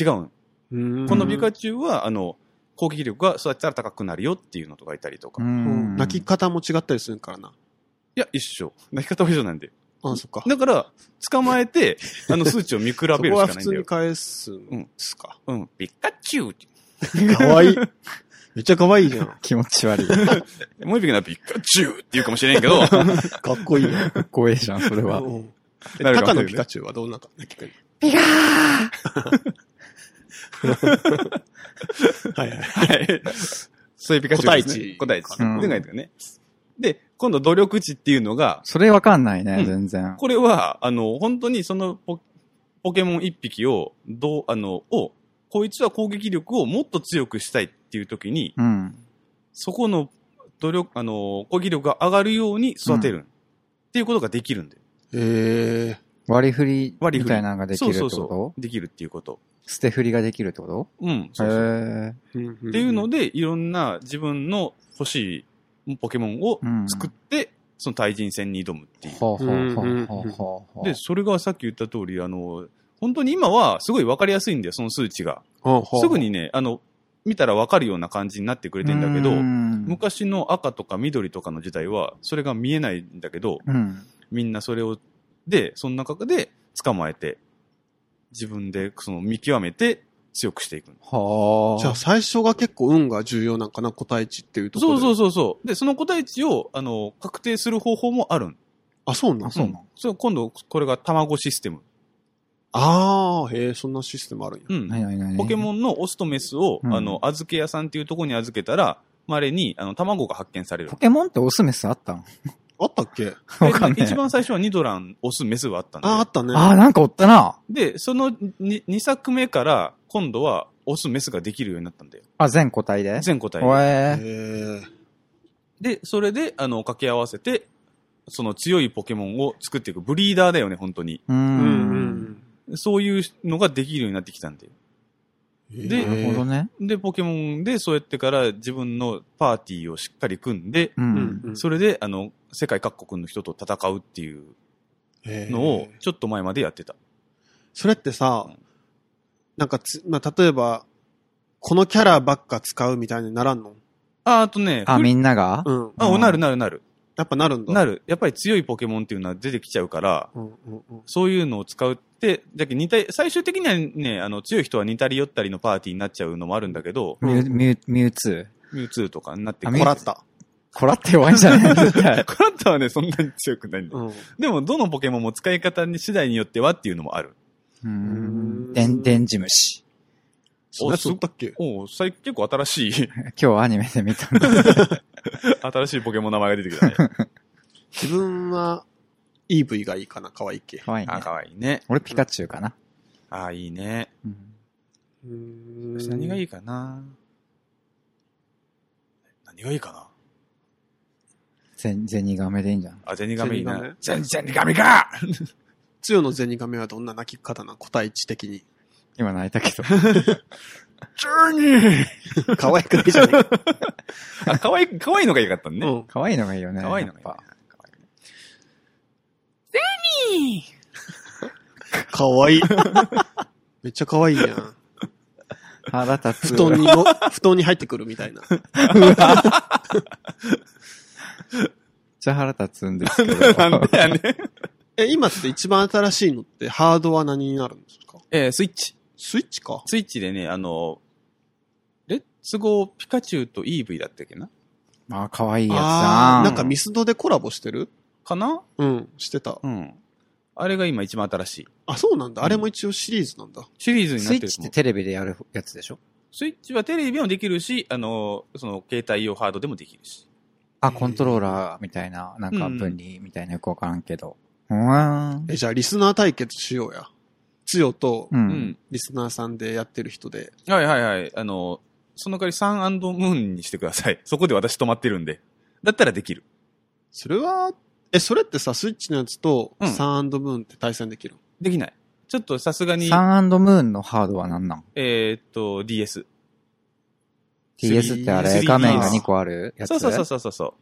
[SPEAKER 3] 違うの。
[SPEAKER 4] うん
[SPEAKER 3] このピカチュウは、あの、攻撃力がそうやったら高くなるよっていうのとかいたりとか。
[SPEAKER 4] うん泣き方も違ったりするからな。
[SPEAKER 3] いや、一緒。泣き方は一緒なんで。
[SPEAKER 4] あ、そっか。
[SPEAKER 3] だから、捕まえて、あの数値を見比べる
[SPEAKER 4] そ
[SPEAKER 3] し
[SPEAKER 4] こは
[SPEAKER 3] か
[SPEAKER 4] 普
[SPEAKER 3] ないん
[SPEAKER 4] 通
[SPEAKER 3] だ
[SPEAKER 4] に
[SPEAKER 3] よ。
[SPEAKER 4] 返す
[SPEAKER 3] うんん
[SPEAKER 4] ですか。
[SPEAKER 3] うん。ピカチュウって
[SPEAKER 4] かわいい。めっちゃかわいいじゃん。
[SPEAKER 2] 気持ち 悪い。
[SPEAKER 3] もう一匹ならピカチュウって言うかもしれん けど、
[SPEAKER 4] かっこいいよ。
[SPEAKER 2] 怖えじゃん、それは。
[SPEAKER 4] うんえ
[SPEAKER 3] なるか
[SPEAKER 4] 高
[SPEAKER 3] も
[SPEAKER 4] 野
[SPEAKER 3] しれ
[SPEAKER 4] ピ
[SPEAKER 3] ない
[SPEAKER 4] カチュウはどうなんかね、聞くにピカーはいはい。
[SPEAKER 3] はい。そういうピカチュウですね。
[SPEAKER 4] 個
[SPEAKER 3] 個
[SPEAKER 4] 体
[SPEAKER 3] 体
[SPEAKER 4] 値
[SPEAKER 3] 値。
[SPEAKER 2] うん
[SPEAKER 3] でかいですよね。で、今度努力値っていうのが、
[SPEAKER 2] それわかんないね
[SPEAKER 3] う、ん
[SPEAKER 2] 全然。
[SPEAKER 3] これは、あの、本当にそのポポケモン一匹を、どう、あの、を、こいつは攻撃力をもっと強くしたいっていう時に、
[SPEAKER 2] うん。
[SPEAKER 3] そこの努力、あの、攻撃力が上がるように育てる。っていうことができるんで。
[SPEAKER 4] え
[SPEAKER 2] 割り振り
[SPEAKER 3] 割
[SPEAKER 2] み
[SPEAKER 3] り振り
[SPEAKER 2] たいなのができるって
[SPEAKER 3] そ
[SPEAKER 2] こ
[SPEAKER 3] うそ
[SPEAKER 2] と
[SPEAKER 3] うそう。できるっていうこと。
[SPEAKER 2] 捨て振りができるってこと
[SPEAKER 3] うん。
[SPEAKER 2] へ
[SPEAKER 3] そうそう
[SPEAKER 2] え。
[SPEAKER 4] ー。
[SPEAKER 3] っていうの
[SPEAKER 4] で、
[SPEAKER 3] で、いろんな自分の欲しいポケモンを
[SPEAKER 2] うん
[SPEAKER 3] 作って、その対人戦に挑むっていう。
[SPEAKER 2] ほうほうほうほうほうほう。
[SPEAKER 3] で、それがさっき言った通り、あの、本当に今はすごいわかりやすいんだよ、その数値が。すぐ。にね、あの、見たらわかるような感じになってくれてんだけど、
[SPEAKER 2] うん。
[SPEAKER 3] 昔の赤とか緑とかの時代は、それが見えないんだけど、
[SPEAKER 2] うん。
[SPEAKER 3] みんなそれを、で、その中で捕まえて、自分でその見極めて強くしていく。
[SPEAKER 2] はあ。
[SPEAKER 4] じゃあ最初が結構運が重要なんかな、個体値っていうところ
[SPEAKER 3] そう
[SPEAKER 4] で。。
[SPEAKER 3] そううそうそう。で、その個体値を、あの、確定する方法もあるん。
[SPEAKER 4] あ、そうな
[SPEAKER 2] あ、
[SPEAKER 4] の
[SPEAKER 2] そうなの
[SPEAKER 3] そう、今度、これが卵システム。
[SPEAKER 4] ああ、へえ、そんなシステムあるんや。
[SPEAKER 3] うん。
[SPEAKER 2] 何何何
[SPEAKER 3] ポケモンのオスとメスを、
[SPEAKER 2] うん
[SPEAKER 3] あの、預け屋さんっていうところに預けたら、稀に、あの、卵が発見される
[SPEAKER 2] ポ。ケモンってオスメスあったの
[SPEAKER 4] あったっけ
[SPEAKER 2] わかん
[SPEAKER 3] で
[SPEAKER 2] ない。
[SPEAKER 3] 一番最初はニドラン、オス、メスがあったんで。
[SPEAKER 4] あ、あったね。
[SPEAKER 2] ああ、なんかおったな。
[SPEAKER 3] で、そのに2作目から、今度は、オス、メスができるようになったんだよ。
[SPEAKER 2] あ、全個体で
[SPEAKER 3] 全個体
[SPEAKER 2] お
[SPEAKER 4] へ
[SPEAKER 2] え
[SPEAKER 4] え。
[SPEAKER 3] で。で、それで、あの、掛け合わせて、その強いポケモンを作っていく。ブリーダーだよね、本当に。
[SPEAKER 2] う。
[SPEAKER 4] うんん
[SPEAKER 3] そういうのができるようになってきたんだよ。
[SPEAKER 4] うん。
[SPEAKER 3] で
[SPEAKER 2] なるほど
[SPEAKER 4] ね。
[SPEAKER 2] ね。
[SPEAKER 3] で、ポケモンで、そうやってから自分のパーティーをしっかり組んで、
[SPEAKER 2] う。
[SPEAKER 4] うんん。
[SPEAKER 3] それで、あの、世界各国の人と戦うっていう
[SPEAKER 4] れ
[SPEAKER 3] のを、ちょっと前までやってた。
[SPEAKER 4] それってさ
[SPEAKER 3] うん、
[SPEAKER 4] なんかつ、まあ、例えば、このキャラばっか使うみたいにならんの
[SPEAKER 3] あ、あとね、
[SPEAKER 2] あ、
[SPEAKER 3] ふり
[SPEAKER 2] みんなが
[SPEAKER 4] うん。
[SPEAKER 3] あおなるなるなる。
[SPEAKER 4] やっぱなるんだ。
[SPEAKER 3] な
[SPEAKER 4] る。
[SPEAKER 3] る。やっぱり強いポケモンっていうのは出てきちゃうから、
[SPEAKER 4] うんうんうん。
[SPEAKER 3] そういうのを使うって、だけど似た、最終的にはね、あの、強い人は似たり寄ったりのパーティーになっちゃうのもあるんだけど、
[SPEAKER 2] ミュ、ミュ、ミュウツ
[SPEAKER 3] ミュウツーとかになって
[SPEAKER 2] あ
[SPEAKER 3] く
[SPEAKER 2] ミ
[SPEAKER 3] る。
[SPEAKER 2] ュ
[SPEAKER 4] こ
[SPEAKER 2] ウ
[SPEAKER 4] らった。
[SPEAKER 2] ー。こらって弱いんじゃない絶対。
[SPEAKER 3] コラッタはね、そんなに強くないんだよ。
[SPEAKER 4] うん。
[SPEAKER 3] でも、どのポケモンも使い方に次第によってはっていうのもある。
[SPEAKER 2] うーん
[SPEAKER 4] ん
[SPEAKER 2] でん、でんじ虫。
[SPEAKER 4] そんなやつおったっけ
[SPEAKER 3] おう、最結構新しい、
[SPEAKER 2] 今日アニメで見たんだ。
[SPEAKER 3] 新しいポケモンの名前が出てきたね。
[SPEAKER 4] 自分は、イーブイがいいかな、可愛い系。
[SPEAKER 2] かわいいね
[SPEAKER 3] あ、。かわいいね。
[SPEAKER 2] 俺ピカチュウかな。
[SPEAKER 3] あ、いいね。
[SPEAKER 2] うん
[SPEAKER 4] うん
[SPEAKER 3] 何がい
[SPEAKER 4] い
[SPEAKER 3] いかな何がいいかな
[SPEAKER 2] ゼゼニガメでいいんじゃん。
[SPEAKER 3] あ、ゼニガメいい
[SPEAKER 4] ゼニガ
[SPEAKER 3] な
[SPEAKER 4] メ。
[SPEAKER 3] 全然ニガメか
[SPEAKER 4] つよのゼニガメはどんな泣き方な個体値的に。
[SPEAKER 2] 今泣いたけど。
[SPEAKER 3] ジューニー
[SPEAKER 4] 可愛くないじゃない
[SPEAKER 3] あ、かわいい、かわいいのが良かった
[SPEAKER 4] う
[SPEAKER 3] ね。
[SPEAKER 4] ん。
[SPEAKER 2] かわいいのがいいよね。
[SPEAKER 3] かわいいのがいい
[SPEAKER 2] やっ
[SPEAKER 3] ね
[SPEAKER 2] ぱ。
[SPEAKER 3] かわいいねゼニ
[SPEAKER 4] 可愛
[SPEAKER 3] ー
[SPEAKER 4] い。めっちゃ可愛いやん。
[SPEAKER 2] 腹立つ。
[SPEAKER 4] 布団に の、布団に入ってくるみたいな。
[SPEAKER 2] めっちゃ腹立つんですけど。
[SPEAKER 3] なんでやねん。
[SPEAKER 4] え、今って一番新しいのってハードは何になるんですか
[SPEAKER 3] えースイッチ。
[SPEAKER 4] スイッチか。
[SPEAKER 3] スイッチでね、あの、レッツゴーピカチュウとイーブイだったっけな
[SPEAKER 2] まあ、可愛いやつだ
[SPEAKER 4] あーなんかミスドでコラボしてる
[SPEAKER 3] かな
[SPEAKER 4] うん、してた。
[SPEAKER 3] うん。あれが今一番新しい。
[SPEAKER 4] あ、そうなんだ。あれも一応シリーズなんだ。
[SPEAKER 3] シリーズにな
[SPEAKER 2] ス
[SPEAKER 3] っ
[SPEAKER 2] イ
[SPEAKER 3] て
[SPEAKER 2] ッ
[SPEAKER 3] る
[SPEAKER 2] チ
[SPEAKER 3] と
[SPEAKER 2] っ
[SPEAKER 3] 思
[SPEAKER 2] てテ
[SPEAKER 3] う。
[SPEAKER 2] レビでやるやつでしょ
[SPEAKER 3] スイッチはテレビもできるし、あの、その、携帯用ハードでもできるし。
[SPEAKER 2] あ、コントローラーみたいな、なんか
[SPEAKER 3] うん
[SPEAKER 2] 分離みたいなよくわからんけど。うーん。
[SPEAKER 4] え、じゃあリスナー対決しようや。つよと
[SPEAKER 2] う。
[SPEAKER 3] うんん。
[SPEAKER 4] リスナーさんでやってる人で。
[SPEAKER 3] はいはいはい。あの、その代わりサンムーンにしてください。そこで私止まってるんで。だったらできる。
[SPEAKER 4] それは、え、それってさ、スイッチのやつと
[SPEAKER 3] うん
[SPEAKER 4] サンムーンって対戦できる、
[SPEAKER 3] できない。ちょっとさすがに、
[SPEAKER 2] サンムーンのハードは何なん
[SPEAKER 3] えーっと、DS。
[SPEAKER 2] ?TS ってあれ、
[SPEAKER 3] 3DS
[SPEAKER 2] 画面が2個あるやつ
[SPEAKER 3] そうそうそうそうそうそ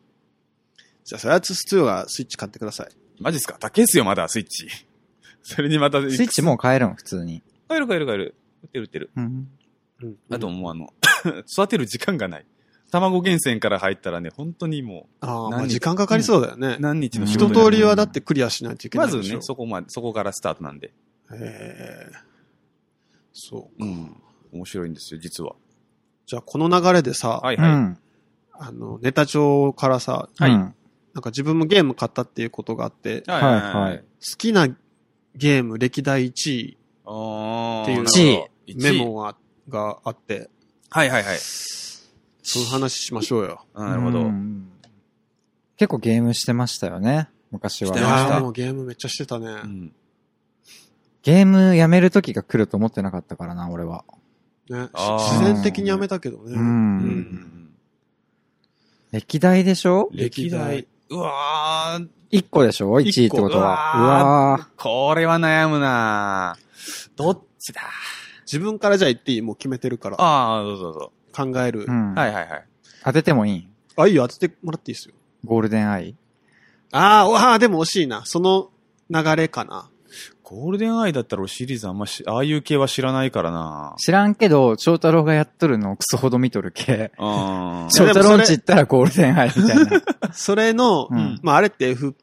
[SPEAKER 4] じゃあ、それはつつよがスイッチ買ってください。
[SPEAKER 3] う。マジっすか高いっすよ、まだ、スイッチ。 それにまた、
[SPEAKER 2] スイッチもう変えるん、普通に。
[SPEAKER 3] 買える買える買える。売ってる売ってる。
[SPEAKER 2] うん。
[SPEAKER 4] うん。
[SPEAKER 3] あともうあの、 育てる時間がない。卵源泉から入ったらね、本当にも
[SPEAKER 4] ああ、ま
[SPEAKER 3] 何
[SPEAKER 4] あ
[SPEAKER 3] 日
[SPEAKER 4] 時間かかりそうだよね。
[SPEAKER 3] 何日の仕
[SPEAKER 4] 一
[SPEAKER 3] 事
[SPEAKER 4] 通り
[SPEAKER 3] を
[SPEAKER 4] はだってクリアしないといけな
[SPEAKER 3] ま
[SPEAKER 4] いで
[SPEAKER 3] ず
[SPEAKER 4] しょ。
[SPEAKER 3] ね、そこまで、そこからスタートなんで。
[SPEAKER 4] へえ。そう。
[SPEAKER 3] うん。面白いんですよ、実は。
[SPEAKER 4] じゃあ、この流れでさ、
[SPEAKER 3] はいうはい。
[SPEAKER 2] ん。
[SPEAKER 4] あの、ネタ帳からさ、
[SPEAKER 3] はい
[SPEAKER 2] うん
[SPEAKER 4] なんか自分もゲーム買ったっていうことがあって、好
[SPEAKER 3] はい
[SPEAKER 2] はいはい
[SPEAKER 4] きなゲーム歴代1位、
[SPEAKER 3] あー
[SPEAKER 4] っていうのが
[SPEAKER 3] 1位。
[SPEAKER 4] メモががあって、
[SPEAKER 3] はいはいはい。
[SPEAKER 4] その話しましょうよ。
[SPEAKER 3] あーなるほ
[SPEAKER 2] う
[SPEAKER 3] ど。
[SPEAKER 2] ん結構ゲームしてましたよね。昔は
[SPEAKER 4] い
[SPEAKER 3] して。まし
[SPEAKER 4] や
[SPEAKER 3] た
[SPEAKER 4] ーもうゲームめっちゃしてたね。
[SPEAKER 3] うん
[SPEAKER 2] ゲームやめる時が来ると思ってなかったからな、俺は。
[SPEAKER 4] ね
[SPEAKER 3] あー
[SPEAKER 4] 自然的にやめたけどね。
[SPEAKER 2] うん
[SPEAKER 3] うんうんう
[SPEAKER 4] うん
[SPEAKER 3] ん
[SPEAKER 2] 歴代でしょ
[SPEAKER 4] 歴代。
[SPEAKER 3] うわー
[SPEAKER 2] ?1 個でしょ ?1 位ってことは。
[SPEAKER 3] う
[SPEAKER 2] う
[SPEAKER 3] わ
[SPEAKER 2] わー
[SPEAKER 3] これは悩むなーどっちだ
[SPEAKER 4] 自分からじゃあ言っていいもう決めてるから。
[SPEAKER 3] ああ、どうぞどうぞ。
[SPEAKER 4] 考える
[SPEAKER 2] う。ん。
[SPEAKER 3] はいはいはい。
[SPEAKER 2] 当ててもいい
[SPEAKER 4] あ、いいよ、当ててもらっていいですよ。
[SPEAKER 2] ゴールデンアイ
[SPEAKER 4] あー、わあ、でも惜しいな。その流れかな。
[SPEAKER 3] ゴールデンアイだったら俺シリーズあんまし、ああいう系は知らないからな
[SPEAKER 2] 知らんけど、翔太郎がやっとるのをクソほど見とるけ。
[SPEAKER 3] うん。
[SPEAKER 2] 翔太郎んち行ったらゴールデンアイみたいな。
[SPEAKER 4] それの、
[SPEAKER 2] うん
[SPEAKER 4] まああれって FPS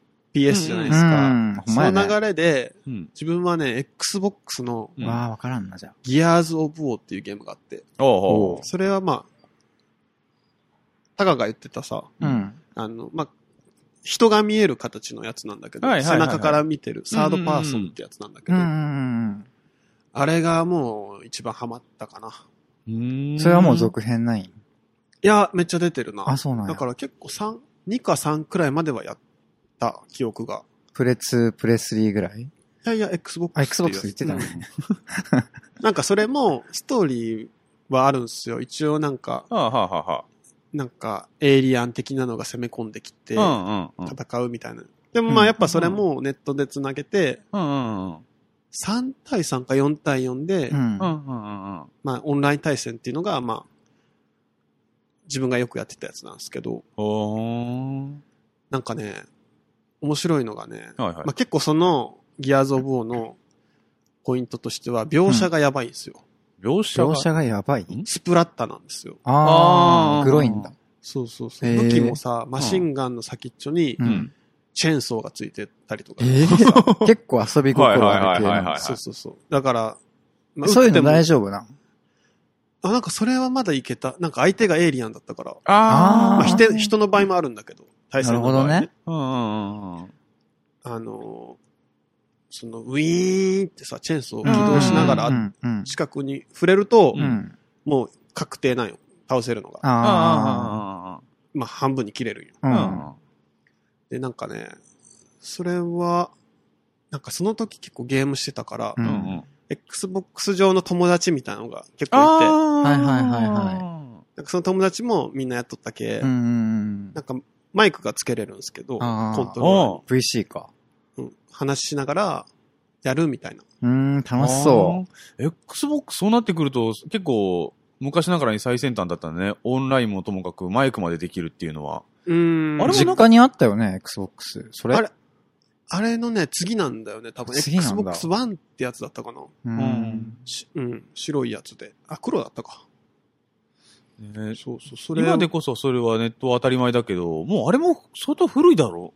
[SPEAKER 4] じゃないですか。
[SPEAKER 2] うん、ほんまや
[SPEAKER 4] そ
[SPEAKER 2] ね。
[SPEAKER 4] の流れで、
[SPEAKER 3] うん。
[SPEAKER 4] 自分はね、Xbox の
[SPEAKER 3] うん
[SPEAKER 2] わあ、わからんな、じゃあ。
[SPEAKER 4] ギアーズ・オブ・オーっていうゲームがあって、
[SPEAKER 3] おうおう
[SPEAKER 2] おう
[SPEAKER 4] それはまあ、タカが言ってたさ、
[SPEAKER 2] うん。
[SPEAKER 4] あの、まあ、人が見える形のやつなんだけど、
[SPEAKER 3] はいはいはいはい
[SPEAKER 4] 背中から見てるサードパーソンってやつなんだけ
[SPEAKER 2] うん
[SPEAKER 4] ど、
[SPEAKER 2] うん
[SPEAKER 4] あれがもう一番ハマったかな。
[SPEAKER 3] うー
[SPEAKER 2] うんん。それはもう続編ない。
[SPEAKER 4] いや、めっちゃ出てるな。
[SPEAKER 2] あ、そうなん
[SPEAKER 4] だ
[SPEAKER 2] や
[SPEAKER 4] か。ら結構3、2か3くらいまではやった記憶が。
[SPEAKER 2] プレ2、プレ3ぐらい
[SPEAKER 4] いやいや、Xbox
[SPEAKER 2] あ、
[SPEAKER 4] いうや
[SPEAKER 2] Xbox
[SPEAKER 4] つ
[SPEAKER 2] 言ってたね。
[SPEAKER 4] なんかそれも、ストーリーはあるんすよ。一応なんか、
[SPEAKER 3] はあはあはあは
[SPEAKER 4] なんか、エイリアン的なのが攻め込んできて、
[SPEAKER 3] あ。うんうんうん。
[SPEAKER 4] 戦うみたいな。でも
[SPEAKER 2] う
[SPEAKER 4] まあ
[SPEAKER 2] ん
[SPEAKER 4] やっぱそれもネットで繋げて、
[SPEAKER 3] うんうんうん。
[SPEAKER 4] 3対3か4対4で、
[SPEAKER 2] うん
[SPEAKER 3] う。んうんうんうん。
[SPEAKER 4] まあオンライン対戦っていうのが、まあ、自分がよくやってたやつなんですけど、
[SPEAKER 3] おー。
[SPEAKER 4] なんかね、面白いのがね、
[SPEAKER 3] はいはい
[SPEAKER 4] まあ、。結構そのギアーズ・オブ・オーのポイントとしては描写がやばいんですよ。
[SPEAKER 3] 描写が
[SPEAKER 2] 描写がやばい
[SPEAKER 3] ん
[SPEAKER 4] スプラッタなんですよ。
[SPEAKER 2] あ
[SPEAKER 3] あー
[SPEAKER 2] あ、黒いんだ。
[SPEAKER 4] そうそうそう。
[SPEAKER 2] へー
[SPEAKER 4] 武器もさ、マシンガンの先っちょに
[SPEAKER 2] う
[SPEAKER 3] うん
[SPEAKER 2] ん。
[SPEAKER 4] チェーンソーがついてたりとか。
[SPEAKER 2] えー結構遊び心ある系
[SPEAKER 3] はいはいは
[SPEAKER 2] ないん
[SPEAKER 3] はい
[SPEAKER 2] だ
[SPEAKER 3] はい
[SPEAKER 4] そうそうそう。だから、まあ
[SPEAKER 2] そういうの
[SPEAKER 4] 撃
[SPEAKER 2] 大
[SPEAKER 4] って
[SPEAKER 2] 丈夫な。
[SPEAKER 4] もあ、なんかそれはまだいけた。なんか相手がエイリアンだったから。
[SPEAKER 2] あー
[SPEAKER 4] まあ、
[SPEAKER 3] あ
[SPEAKER 4] ひて人の場合もあるんだけど、対
[SPEAKER 2] な
[SPEAKER 4] 戦
[SPEAKER 2] る
[SPEAKER 4] の場
[SPEAKER 2] ほ
[SPEAKER 4] 合
[SPEAKER 2] どね。。
[SPEAKER 3] あ。うんうんうんうん。
[SPEAKER 4] あのー、そのウィーンってさ、チェーンソーを起動しなが
[SPEAKER 2] う
[SPEAKER 4] ら
[SPEAKER 2] んうん。
[SPEAKER 4] 近くに触れると、
[SPEAKER 2] うん。
[SPEAKER 4] もう確定なんよ。倒せるのが。
[SPEAKER 2] あ
[SPEAKER 3] あ
[SPEAKER 4] まあ半分に切れるんよ。
[SPEAKER 2] あ。う。
[SPEAKER 3] あ。うんん。
[SPEAKER 4] で、なんかね、それは、なんかその時結構ゲームしてたから、
[SPEAKER 2] うん
[SPEAKER 3] うんうん。
[SPEAKER 4] Xbox 上の友達みたいなのが結構いて、
[SPEAKER 3] あー
[SPEAKER 2] はいはいはいはい
[SPEAKER 4] なんかその友達もみんなやっとったけ、
[SPEAKER 2] うんうん
[SPEAKER 4] なんかマイクがつけれるんですけど、コ
[SPEAKER 2] あー
[SPEAKER 4] ント
[SPEAKER 3] お
[SPEAKER 4] ロ
[SPEAKER 3] う。
[SPEAKER 2] うん。VC か。
[SPEAKER 4] ーラーに、うん話しながらやるみたいな。
[SPEAKER 2] うーん、楽しそう
[SPEAKER 3] Xbox そうなってくると、結構、昔ながらに最先端だったね。オンラインもともかく、マイクまでできるっていうのは。
[SPEAKER 4] うーん。
[SPEAKER 3] あ
[SPEAKER 2] う。
[SPEAKER 3] れもなん
[SPEAKER 2] 実
[SPEAKER 3] か
[SPEAKER 2] 家にあったよね、Xbox。それ
[SPEAKER 4] あれあれのね、次なんだよね、多分。
[SPEAKER 2] 次なんだ
[SPEAKER 4] Xbox One ってやつだったかな。
[SPEAKER 2] うん。
[SPEAKER 4] しうん、白いやつで。あ、黒だったか。
[SPEAKER 3] ね
[SPEAKER 4] そうそう、それを
[SPEAKER 3] 今でこそそれはネットは当たり前だけど、もうあれも相当古いだろ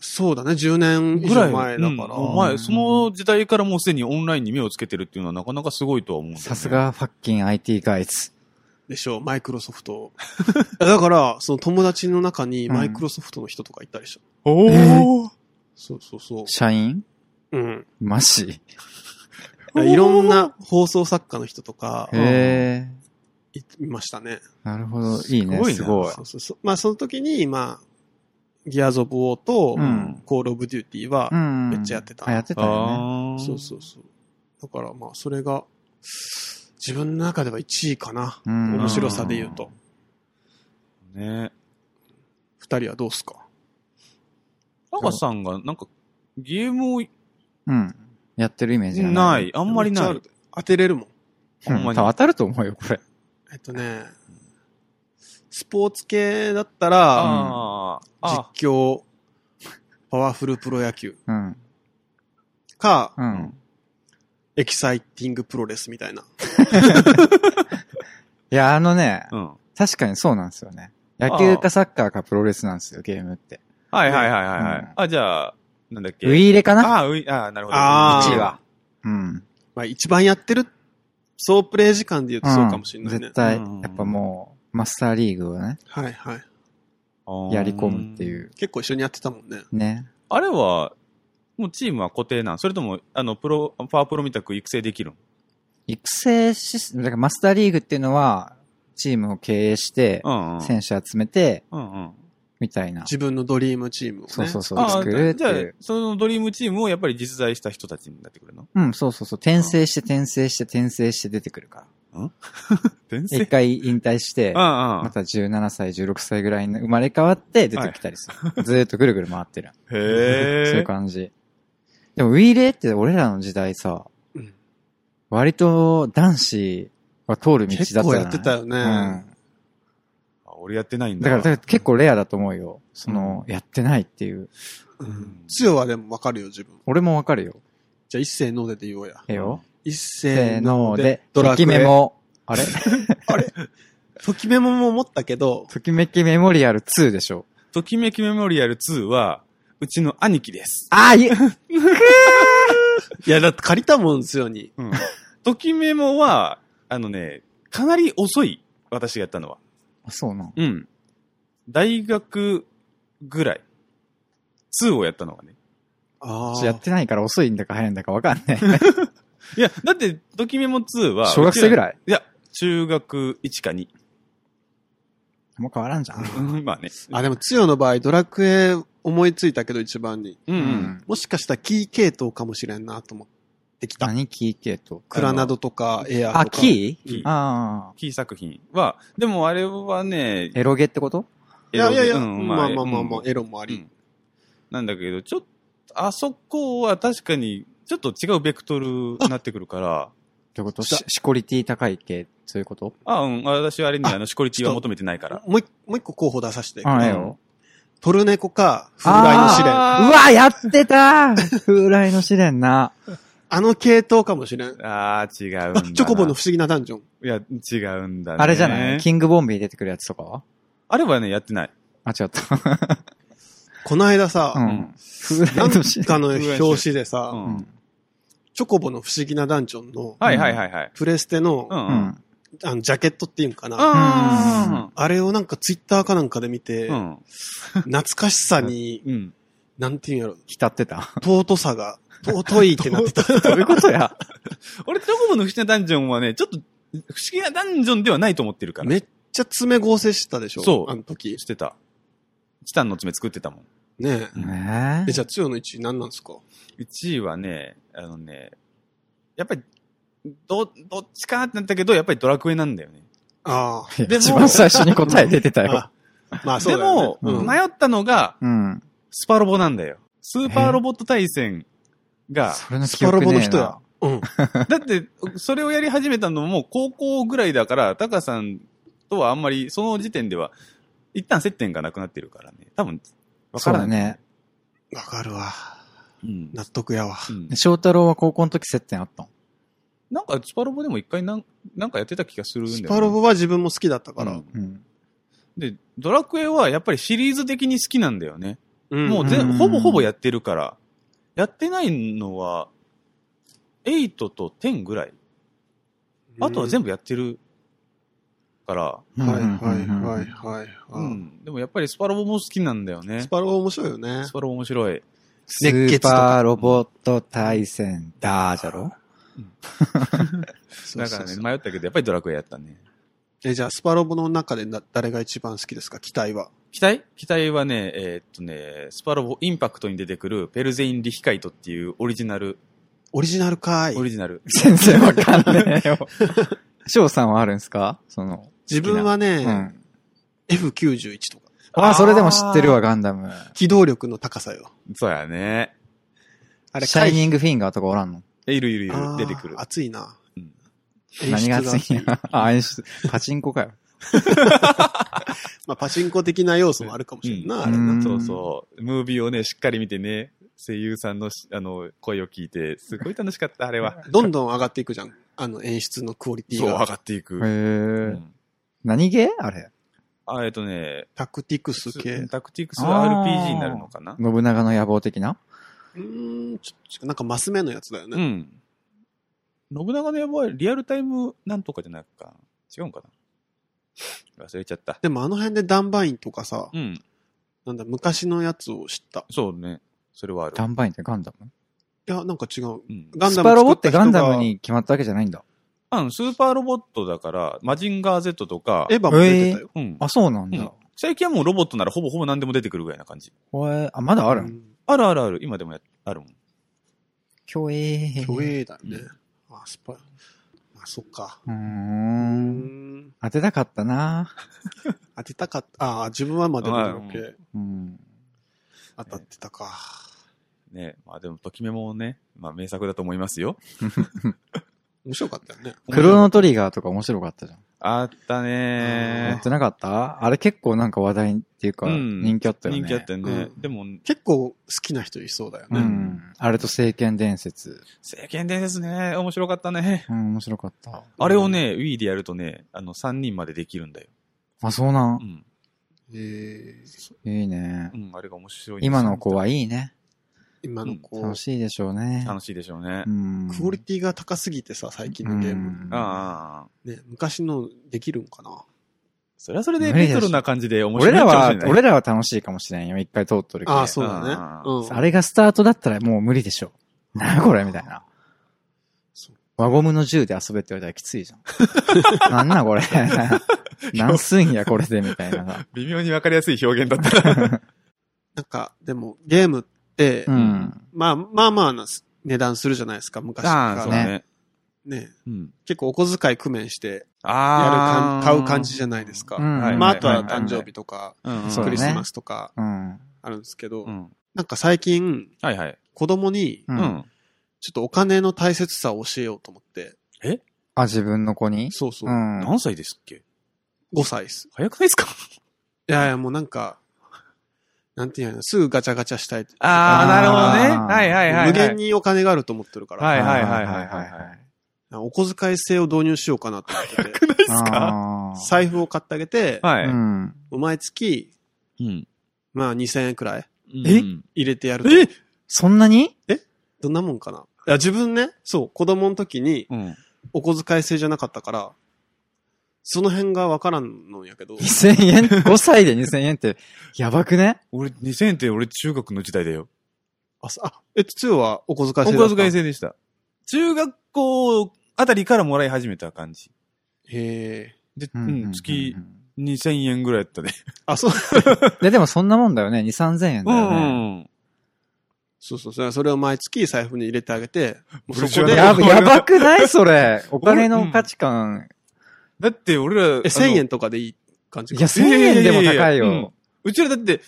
[SPEAKER 4] そうだね、10年以
[SPEAKER 3] ぐら
[SPEAKER 4] 上
[SPEAKER 3] い。
[SPEAKER 4] 前だから。
[SPEAKER 3] うん
[SPEAKER 2] まあ
[SPEAKER 3] 前、その時代からもうすでにオンラインに目をつけてるっていうのはなかなかすごいとは思うんだよね
[SPEAKER 2] さす。が、ファッキン IT ガイツ。
[SPEAKER 4] でしょ、マイクロソフト。 だから、その友達の中に
[SPEAKER 2] うん
[SPEAKER 4] マイクロソフトの人とかいたりした。
[SPEAKER 3] おー
[SPEAKER 2] え
[SPEAKER 4] そうそうそ
[SPEAKER 2] 社員
[SPEAKER 4] う。うん。
[SPEAKER 2] マジ
[SPEAKER 3] おー
[SPEAKER 4] いろんな放送作家の人とか、
[SPEAKER 2] へえ。
[SPEAKER 4] いいましたね。
[SPEAKER 2] なるほど。いいね。
[SPEAKER 3] す
[SPEAKER 2] す
[SPEAKER 3] ご
[SPEAKER 2] ご
[SPEAKER 3] い
[SPEAKER 2] い。
[SPEAKER 4] そうそうそう。まあ、その時に、まあ、ギアーズ・オブ・オーと、
[SPEAKER 2] うん
[SPEAKER 4] コール・オブ・デューティーは
[SPEAKER 2] う、ん。
[SPEAKER 4] めっちゃやってた
[SPEAKER 2] あ、やってたよね。
[SPEAKER 3] あー
[SPEAKER 4] そうそうそう。だから、まあ、それが、自分の中では1位かな。
[SPEAKER 2] うん
[SPEAKER 4] 面白さで言うと。
[SPEAKER 3] ね。
[SPEAKER 4] 二人はどうっすか
[SPEAKER 3] 赤さんがなんか、ゲームを
[SPEAKER 2] うん。やってるイメージが。
[SPEAKER 3] ないい。あんまりな
[SPEAKER 4] めっ
[SPEAKER 3] い
[SPEAKER 4] ちゃ。ある当てれるもん。
[SPEAKER 2] う
[SPEAKER 3] ほん
[SPEAKER 2] ん
[SPEAKER 3] ま
[SPEAKER 2] 多分
[SPEAKER 3] に。
[SPEAKER 2] 当たると思うよ、これ。
[SPEAKER 4] えっとね、スポーツ系だったら、
[SPEAKER 3] あーあー。
[SPEAKER 4] 実況、パワフルプロ野球
[SPEAKER 2] うん。
[SPEAKER 4] か、
[SPEAKER 2] うん。
[SPEAKER 4] エキサイティングプロレスみたいな。
[SPEAKER 2] いや、あのね、
[SPEAKER 3] うん。
[SPEAKER 2] 確かにそうなんですよね。野球かサッカーかプロレスなんですよ、ゲームって。
[SPEAKER 3] はいはいはいはい。は
[SPEAKER 2] うん
[SPEAKER 3] いあ、じゃあ、なんだっけ。
[SPEAKER 2] ウイイレかな
[SPEAKER 3] ああ、ウィ、ああ、なるほど。
[SPEAKER 4] あー
[SPEAKER 2] 一位は。うん。
[SPEAKER 4] まあ一番やってる、総プレイ時間で言うとそうかもしれないね。
[SPEAKER 2] 絶対、
[SPEAKER 3] うん
[SPEAKER 2] やっぱもう、マスターリーグをね、
[SPEAKER 4] はいはい。
[SPEAKER 3] あー
[SPEAKER 2] やり込むってい。う。
[SPEAKER 4] 結構一緒にやってたもんね。
[SPEAKER 2] ね。
[SPEAKER 3] あれは、もうチームは固定なんそれとも、あの、プロ、パワープロみたく育成できるん
[SPEAKER 2] 育成システム、だからマスターリーグっていうのは、チームを経営して、
[SPEAKER 3] うんうん。
[SPEAKER 2] 選手集めて、
[SPEAKER 3] うんうん。
[SPEAKER 2] みたいな。
[SPEAKER 4] 自分のドリームチームをね。
[SPEAKER 2] そうそうそう、
[SPEAKER 3] あ
[SPEAKER 2] 作る
[SPEAKER 3] あ、
[SPEAKER 2] って
[SPEAKER 3] じゃあ
[SPEAKER 2] いう、。
[SPEAKER 3] そのドリームチームをやっぱり実在した人たちになってくるの
[SPEAKER 2] うん、そうそうそう。転生して、転生して、転生して出てくるから。
[SPEAKER 3] 全
[SPEAKER 2] 一回引退して、
[SPEAKER 3] うんうん
[SPEAKER 2] ま。た17歳、16歳ぐらいに生まれ変わって出てきたりする。ずーっとぐるぐる回ってる。そうい
[SPEAKER 3] へ
[SPEAKER 2] う感じ。でも、ウィーレって俺らの時代さ、
[SPEAKER 4] うん
[SPEAKER 2] 割と男子は通る道だったじゃ
[SPEAKER 4] 結
[SPEAKER 2] な
[SPEAKER 4] 構
[SPEAKER 2] い
[SPEAKER 4] やってたよね。
[SPEAKER 2] うん。
[SPEAKER 3] あ俺やってないん
[SPEAKER 2] だ
[SPEAKER 3] だ。
[SPEAKER 2] から、だから結構レアだと思うよ。その、やってないっていう。
[SPEAKER 4] うん。強はでもわかるよ、自分。
[SPEAKER 2] 俺もわかるよ。
[SPEAKER 4] じゃあ一斉のでで言おうや。
[SPEAKER 2] えよ。
[SPEAKER 4] 一
[SPEAKER 2] せ
[SPEAKER 4] 斉
[SPEAKER 2] ーの
[SPEAKER 4] の
[SPEAKER 2] で
[SPEAKER 4] で、、
[SPEAKER 2] と
[SPEAKER 4] ドラクエ。
[SPEAKER 2] きメ。モ、あれ
[SPEAKER 4] ときメモも思った けど、
[SPEAKER 2] ときめきメモリアル2でしょ。
[SPEAKER 3] ときめきメモリアル2は、うちの兄貴です。
[SPEAKER 2] ああ、いえ、
[SPEAKER 4] いや、だって借りたもんですよに。
[SPEAKER 3] うん。ときメモは、あのね、かなり遅い。私がやったのは。
[SPEAKER 2] そうなん。
[SPEAKER 3] うん。大学ぐらい。2をやったのはね。
[SPEAKER 4] あ
[SPEAKER 2] ちょ
[SPEAKER 4] あ。
[SPEAKER 2] やってないから遅いんだか早いんだかわかんない。
[SPEAKER 3] いや、だって、ときメモ2は。
[SPEAKER 2] 小学生ぐ
[SPEAKER 3] い
[SPEAKER 2] らい
[SPEAKER 3] いや、中学1か2。
[SPEAKER 2] もう変わらんじゃん。
[SPEAKER 3] うんまあね。
[SPEAKER 4] あ、でも、つよの場合、ドラクエ思いついたけど一番に。
[SPEAKER 3] うんう。。
[SPEAKER 2] うん
[SPEAKER 4] もしかしたらキー系統かもしれんなと思ってきた。
[SPEAKER 2] 何キー系と。
[SPEAKER 4] クラナドとか、エアーとか。
[SPEAKER 2] あ、キ
[SPEAKER 3] キ
[SPEAKER 2] ー
[SPEAKER 3] ー
[SPEAKER 2] ああ。
[SPEAKER 3] キー作品は、でもあれはね、
[SPEAKER 2] エロゲってこと
[SPEAKER 4] いやいやいや、
[SPEAKER 3] うん
[SPEAKER 4] まあまあまあまあ
[SPEAKER 3] う、ん
[SPEAKER 4] エロもあ
[SPEAKER 3] う
[SPEAKER 4] り
[SPEAKER 3] ん。なんだけど、ちょっと、あそこは確かに、ちょっと違うベクトルになってくるから、
[SPEAKER 2] ってこと
[SPEAKER 4] した
[SPEAKER 2] しシコリティ高い系、そういうこと
[SPEAKER 3] あ、うん、私はあれに、
[SPEAKER 4] あ
[SPEAKER 3] あの、しこりティは求めてないから。
[SPEAKER 4] もう一もう一個候補出させて。
[SPEAKER 2] あ
[SPEAKER 3] ん
[SPEAKER 2] ええよ。
[SPEAKER 4] トルネコか、風来の試練。あ
[SPEAKER 3] あ
[SPEAKER 2] うわ、やってたー 風来の試練な。
[SPEAKER 4] の系統かもしれん。
[SPEAKER 3] あー、違うんだ
[SPEAKER 4] あ
[SPEAKER 3] な。
[SPEAKER 4] チョコボの不思議なダンジョン。
[SPEAKER 3] いや、違うんだね。
[SPEAKER 2] あれじゃないキングボンビー出てくるやつとかは
[SPEAKER 3] あれはね、やってない。
[SPEAKER 2] あ、違った。
[SPEAKER 4] この間さ、
[SPEAKER 2] うん。風
[SPEAKER 4] なん
[SPEAKER 2] 来の試練。
[SPEAKER 4] かの表紙でさ、
[SPEAKER 3] うん
[SPEAKER 2] うん。
[SPEAKER 4] チョコボの不思議なダンジョンの、
[SPEAKER 3] はいはいはいはい。
[SPEAKER 4] プレステの,、
[SPEAKER 3] う。
[SPEAKER 2] うん
[SPEAKER 3] うん。
[SPEAKER 2] ん。
[SPEAKER 4] あのジャケットっていうんかな。
[SPEAKER 3] あ
[SPEAKER 4] あれをなんかツイッターかなんかで見て、
[SPEAKER 3] ーうん。
[SPEAKER 4] 懐かしさに、
[SPEAKER 3] うん。
[SPEAKER 4] なんていうんやろ、
[SPEAKER 2] 浸ってた。
[SPEAKER 4] 尊さが、尊いってな ってた。
[SPEAKER 2] どういうことや
[SPEAKER 3] 俺、チョコボの不思議なダンジョンはね、ちょっと、不思議なダンジョンではないと思ってるから。
[SPEAKER 4] めっちゃ爪合成してたでしょ
[SPEAKER 3] そう
[SPEAKER 4] あの時。
[SPEAKER 3] してた。チタンの爪作ってたもん。
[SPEAKER 4] ねえ。
[SPEAKER 2] ね
[SPEAKER 4] え
[SPEAKER 2] え。
[SPEAKER 4] じゃあ、つよの1位何なんですか
[SPEAKER 3] 1位はね、あのね、やっぱり、ど、どっちかなってなったけど、やっぱりドラクエなんだよね。
[SPEAKER 4] ああ。
[SPEAKER 3] でも
[SPEAKER 2] 一番最初に答え出てたよ。
[SPEAKER 4] あまあ、そうだよ、ね。
[SPEAKER 2] でも
[SPEAKER 4] うん
[SPEAKER 3] 迷ったのが、
[SPEAKER 2] うん。
[SPEAKER 3] スパロボなんだよ。スーパーロボット対戦が、
[SPEAKER 2] それの
[SPEAKER 4] ス
[SPEAKER 2] 記
[SPEAKER 4] パロ
[SPEAKER 2] 憶
[SPEAKER 4] ボの
[SPEAKER 2] ねえ
[SPEAKER 4] 人や
[SPEAKER 2] な。。
[SPEAKER 4] うん。
[SPEAKER 3] だって、それをやり始めたのも高校ぐらいだから、タカさんとはあんまり、その時点では、一旦接点がなくなってるからね。多分、わ
[SPEAKER 2] そ
[SPEAKER 3] か
[SPEAKER 2] う
[SPEAKER 3] ら
[SPEAKER 2] だ
[SPEAKER 3] ない。
[SPEAKER 2] ね。
[SPEAKER 4] わかるわ。
[SPEAKER 3] うん
[SPEAKER 4] 納得やわ。
[SPEAKER 3] うん
[SPEAKER 2] で翔太郎は高校の時接点あったの
[SPEAKER 3] なんか、スパロボでも一回なん、なんかやってた気がするんだよ
[SPEAKER 4] ス
[SPEAKER 3] ね
[SPEAKER 4] パロボは自分も好きだったから。
[SPEAKER 3] うん
[SPEAKER 2] うん。
[SPEAKER 3] で、ドラクエはやっぱりシリーズ的に好きなんだよね。
[SPEAKER 4] うん
[SPEAKER 3] もう
[SPEAKER 2] うん
[SPEAKER 3] 全、ほぼほぼやってるから。やってないのは、8と10ぐらい。あとは全部やってるから。
[SPEAKER 2] 部
[SPEAKER 4] はい
[SPEAKER 2] うん
[SPEAKER 4] はい
[SPEAKER 2] うん
[SPEAKER 4] はいはい。
[SPEAKER 3] う
[SPEAKER 4] うん、
[SPEAKER 3] ん。でもやっぱりスパロボも好きなんだよね。
[SPEAKER 4] ス
[SPEAKER 3] ス
[SPEAKER 4] パロボ面白いよね。
[SPEAKER 3] パロボ面白い。
[SPEAKER 2] ス
[SPEAKER 4] 熱血
[SPEAKER 2] ー
[SPEAKER 4] とか
[SPEAKER 2] パーロボット対戦だーじゃろ
[SPEAKER 4] そう
[SPEAKER 3] だ
[SPEAKER 4] そ
[SPEAKER 3] か
[SPEAKER 4] う
[SPEAKER 3] らね、
[SPEAKER 4] そう
[SPEAKER 3] 迷ったけど、やっぱりドラクエやったね。
[SPEAKER 4] え、じゃあ、スパロボの中でな誰が一番好きですか期待は。
[SPEAKER 3] 期待期待はね、えーっとね、スパロボインパクトに出てくるペルゼイン・リヒカイトっていうオリジナル、
[SPEAKER 4] オリジナルかー
[SPEAKER 3] オ
[SPEAKER 4] い。
[SPEAKER 3] リジナル。
[SPEAKER 2] 全然わかんねえよ。翔さんはあるんすかその。
[SPEAKER 4] 自分は
[SPEAKER 2] う
[SPEAKER 4] ね、
[SPEAKER 2] ん。
[SPEAKER 4] F91 とか。
[SPEAKER 2] ああ、それでも知ってるわ、ガンダム。
[SPEAKER 4] 機動力の高さよ。
[SPEAKER 3] そうやね。
[SPEAKER 4] あれ、
[SPEAKER 2] シャイニ
[SPEAKER 4] ン
[SPEAKER 2] ングフィンガーとかおらんの
[SPEAKER 3] えいるいるいる、出てくる。
[SPEAKER 4] 熱いな。
[SPEAKER 3] うん
[SPEAKER 4] 演
[SPEAKER 2] 何
[SPEAKER 4] 出
[SPEAKER 2] が熱いん
[SPEAKER 4] 熱い
[SPEAKER 2] や。あ、演出。パチンコかよ。
[SPEAKER 4] まあ、パチンコ的な要素もあるかもしれんな、あれ
[SPEAKER 2] う
[SPEAKER 4] な。
[SPEAKER 2] ん
[SPEAKER 3] そうそう。ムービーをね、しっかり見てね、声優さんのしあの声を聞いて、すごい楽しかった、あ れは。
[SPEAKER 4] どんどん上がっていくじゃん。あの、演出のクオリティ
[SPEAKER 3] そう、上
[SPEAKER 4] が。
[SPEAKER 3] がっていく。
[SPEAKER 2] へえ
[SPEAKER 3] う。ん
[SPEAKER 2] 何ゲーあれ。
[SPEAKER 3] あえっとね、
[SPEAKER 4] タクティクス系。
[SPEAKER 3] タクティクス
[SPEAKER 2] あー
[SPEAKER 3] RPG になるのかな
[SPEAKER 2] 信長の野望的な
[SPEAKER 4] うーん、ちょっと、なんかマス目のやつだよ
[SPEAKER 3] う
[SPEAKER 4] ね。
[SPEAKER 3] ん。信長の野望はリアルタイムなんとかじゃないか。違うんかな忘れちゃった。
[SPEAKER 4] でもあの辺でダンバインとかさ、
[SPEAKER 3] うん。
[SPEAKER 4] なんだ、昔のやつを知った。
[SPEAKER 3] そうね。それはある
[SPEAKER 2] ダ。ンバインってガンダム
[SPEAKER 4] いや、なんか違う。
[SPEAKER 3] うん。
[SPEAKER 4] ガン
[SPEAKER 2] ス
[SPEAKER 4] ダム作った人が
[SPEAKER 2] パロボってガンダム。に決まったわけじゃないんだ。
[SPEAKER 3] あのスーパーロボットだから、マジンガー Z とか、
[SPEAKER 4] エヴァも出てたよ。
[SPEAKER 3] うん。
[SPEAKER 2] あ、そうなんだ。
[SPEAKER 3] うん最近はもうロボットならほぼほぼ何でも出てくるぐらいな感じ。
[SPEAKER 2] これ、あ、まだあ
[SPEAKER 4] う
[SPEAKER 2] る
[SPEAKER 4] ん。
[SPEAKER 3] あるあるある。今でもやあるもん。
[SPEAKER 2] 競泳。
[SPEAKER 4] 虚栄だよね。あ、スパ、あ、そっか。
[SPEAKER 2] うー
[SPEAKER 4] うー
[SPEAKER 2] ん。
[SPEAKER 4] ん。
[SPEAKER 2] 当てたかったな
[SPEAKER 4] 当てたかった。あ、自分はまだ
[SPEAKER 3] はい
[SPEAKER 4] ドラクエ
[SPEAKER 2] うん。
[SPEAKER 4] 当たってたか。
[SPEAKER 3] ね。まあでも、ときめもね、まあ名作だと思いますよ。
[SPEAKER 4] 面白かったよね。
[SPEAKER 2] クロノトリガーとか面白かったじゃん。
[SPEAKER 3] あったね
[SPEAKER 2] やってなかったあれ結構なんか話題っていうか、
[SPEAKER 3] うん
[SPEAKER 2] 人気あったよね。
[SPEAKER 3] 人気あったよね。でも、
[SPEAKER 4] 結構好きな人いそうだよ
[SPEAKER 2] う
[SPEAKER 4] ね。
[SPEAKER 2] ん。あれと聖剣伝説。
[SPEAKER 3] 聖剣伝説ね、面白かったね。
[SPEAKER 2] うん、面白かった。
[SPEAKER 3] あれをね、Wii でやるとね、あの、3人までできるんだよ。
[SPEAKER 2] あ、そうな。
[SPEAKER 3] うんん。
[SPEAKER 4] えー
[SPEAKER 2] いいね
[SPEAKER 3] う。ん、あれが面白いんですよ
[SPEAKER 2] 今の子はいいね。
[SPEAKER 4] 今のこう
[SPEAKER 2] 楽、しいでしょうね。
[SPEAKER 3] 楽しいでしょうね。
[SPEAKER 2] うん。
[SPEAKER 4] クオリティが高すぎてさ、最近のゲーム。
[SPEAKER 2] うん
[SPEAKER 3] ああ。
[SPEAKER 4] ね、昔のできるんかな。
[SPEAKER 3] それはそれで
[SPEAKER 2] 無理で
[SPEAKER 3] レ
[SPEAKER 2] しょ
[SPEAKER 3] トロな感じで面白い
[SPEAKER 2] 俺らは、俺
[SPEAKER 3] ら
[SPEAKER 2] らは楽しいかもしれんよ。一回通っとるけど。
[SPEAKER 4] ああ、そうだね
[SPEAKER 3] あ。ー
[SPEAKER 4] うん。
[SPEAKER 2] あれがスタートだったらもう無理でしょ。なにこれみたいな
[SPEAKER 4] そう。
[SPEAKER 2] 輪ゴムの銃で遊べって言われたらきついじゃん。なんなんこ れ。何すんやこれでみたいなさ。
[SPEAKER 3] 微妙にわかりやすい表現だ ったな。
[SPEAKER 4] なんか、でも、ゲームって、
[SPEAKER 2] うん。
[SPEAKER 4] まあまあまあな値段するじゃないですか、昔
[SPEAKER 3] ああ、
[SPEAKER 4] か
[SPEAKER 3] そう
[SPEAKER 4] ら。
[SPEAKER 3] ね。
[SPEAKER 4] ね。
[SPEAKER 3] うん。
[SPEAKER 4] 結構お小遣い工面して、やる
[SPEAKER 3] あ
[SPEAKER 4] かん
[SPEAKER 3] あ。
[SPEAKER 4] 買う感じじゃないですか。
[SPEAKER 2] うん
[SPEAKER 3] はい
[SPEAKER 4] まあ、あとは
[SPEAKER 2] はい
[SPEAKER 4] 誕生日とか、
[SPEAKER 3] うんうん
[SPEAKER 2] そうだ
[SPEAKER 4] クリ
[SPEAKER 2] ね
[SPEAKER 4] スマスとか
[SPEAKER 2] うん。
[SPEAKER 4] あるんですけど、
[SPEAKER 3] うん。
[SPEAKER 4] なんか最近、
[SPEAKER 3] はいはい。
[SPEAKER 4] 子供に、
[SPEAKER 2] う。
[SPEAKER 3] うんん。
[SPEAKER 4] ちょっとお金の大切さを教えようと思って、
[SPEAKER 2] あ、自分の子に
[SPEAKER 4] そうそう、
[SPEAKER 2] ん。
[SPEAKER 3] 何歳ですっけ
[SPEAKER 4] 5歳っす。
[SPEAKER 3] 早くないですか
[SPEAKER 4] いやいや、もうなんか、なんていうの、すぐガチャガチャしたい。
[SPEAKER 3] ああ、なるほどね。はいはいはいはい。
[SPEAKER 4] 無限にお金があると思ってるから、
[SPEAKER 3] はいはいはいはいはいはい。
[SPEAKER 4] お小遣い制を導入しようかなと思ってて、
[SPEAKER 3] ないですか
[SPEAKER 2] あー
[SPEAKER 4] 財布を買ってあげて、
[SPEAKER 3] は
[SPEAKER 2] う
[SPEAKER 3] い。
[SPEAKER 2] ん。
[SPEAKER 4] 毎月、
[SPEAKER 3] うん。
[SPEAKER 4] まあ2000円くらい
[SPEAKER 2] え
[SPEAKER 3] うん
[SPEAKER 4] 入れてやると。
[SPEAKER 3] え
[SPEAKER 2] そんなに、
[SPEAKER 4] どんなもんかないや、自分ね、そう、子供の時に
[SPEAKER 3] うん。
[SPEAKER 4] お小遣い制じゃなかったから、その辺がわからんのんやけど
[SPEAKER 2] ?2000 円 ?5 歳で2000円って、やばくね
[SPEAKER 3] 俺、2000って俺中学の時代だよ。
[SPEAKER 4] あ、そあえ、つよはお小遣い
[SPEAKER 3] お
[SPEAKER 4] 制だった
[SPEAKER 3] 小遣い制でした。中学校あたりからもらい始めた感じ。
[SPEAKER 4] へえ。
[SPEAKER 3] で、
[SPEAKER 2] う
[SPEAKER 3] うん
[SPEAKER 2] うんうんうん
[SPEAKER 3] ん、月2000円ぐらいだったね。
[SPEAKER 4] あ、そう、
[SPEAKER 2] で、でもそんなもんだよね。2、3000円だよね。
[SPEAKER 3] ん。
[SPEAKER 4] そうそうそう、それを毎月財布に入れてあげて、もうそこ
[SPEAKER 3] ブルジョア
[SPEAKER 4] で、
[SPEAKER 3] だ
[SPEAKER 2] やば
[SPEAKER 3] ね
[SPEAKER 2] やばくないそ れ。お金の価値観。
[SPEAKER 3] だって俺ら、
[SPEAKER 4] え、
[SPEAKER 3] あの
[SPEAKER 4] 1000円とかでいい感じ
[SPEAKER 2] い
[SPEAKER 4] か
[SPEAKER 2] や、1000円でも高い
[SPEAKER 3] いやいやいやいやうん
[SPEAKER 2] よ。
[SPEAKER 3] うちらだって、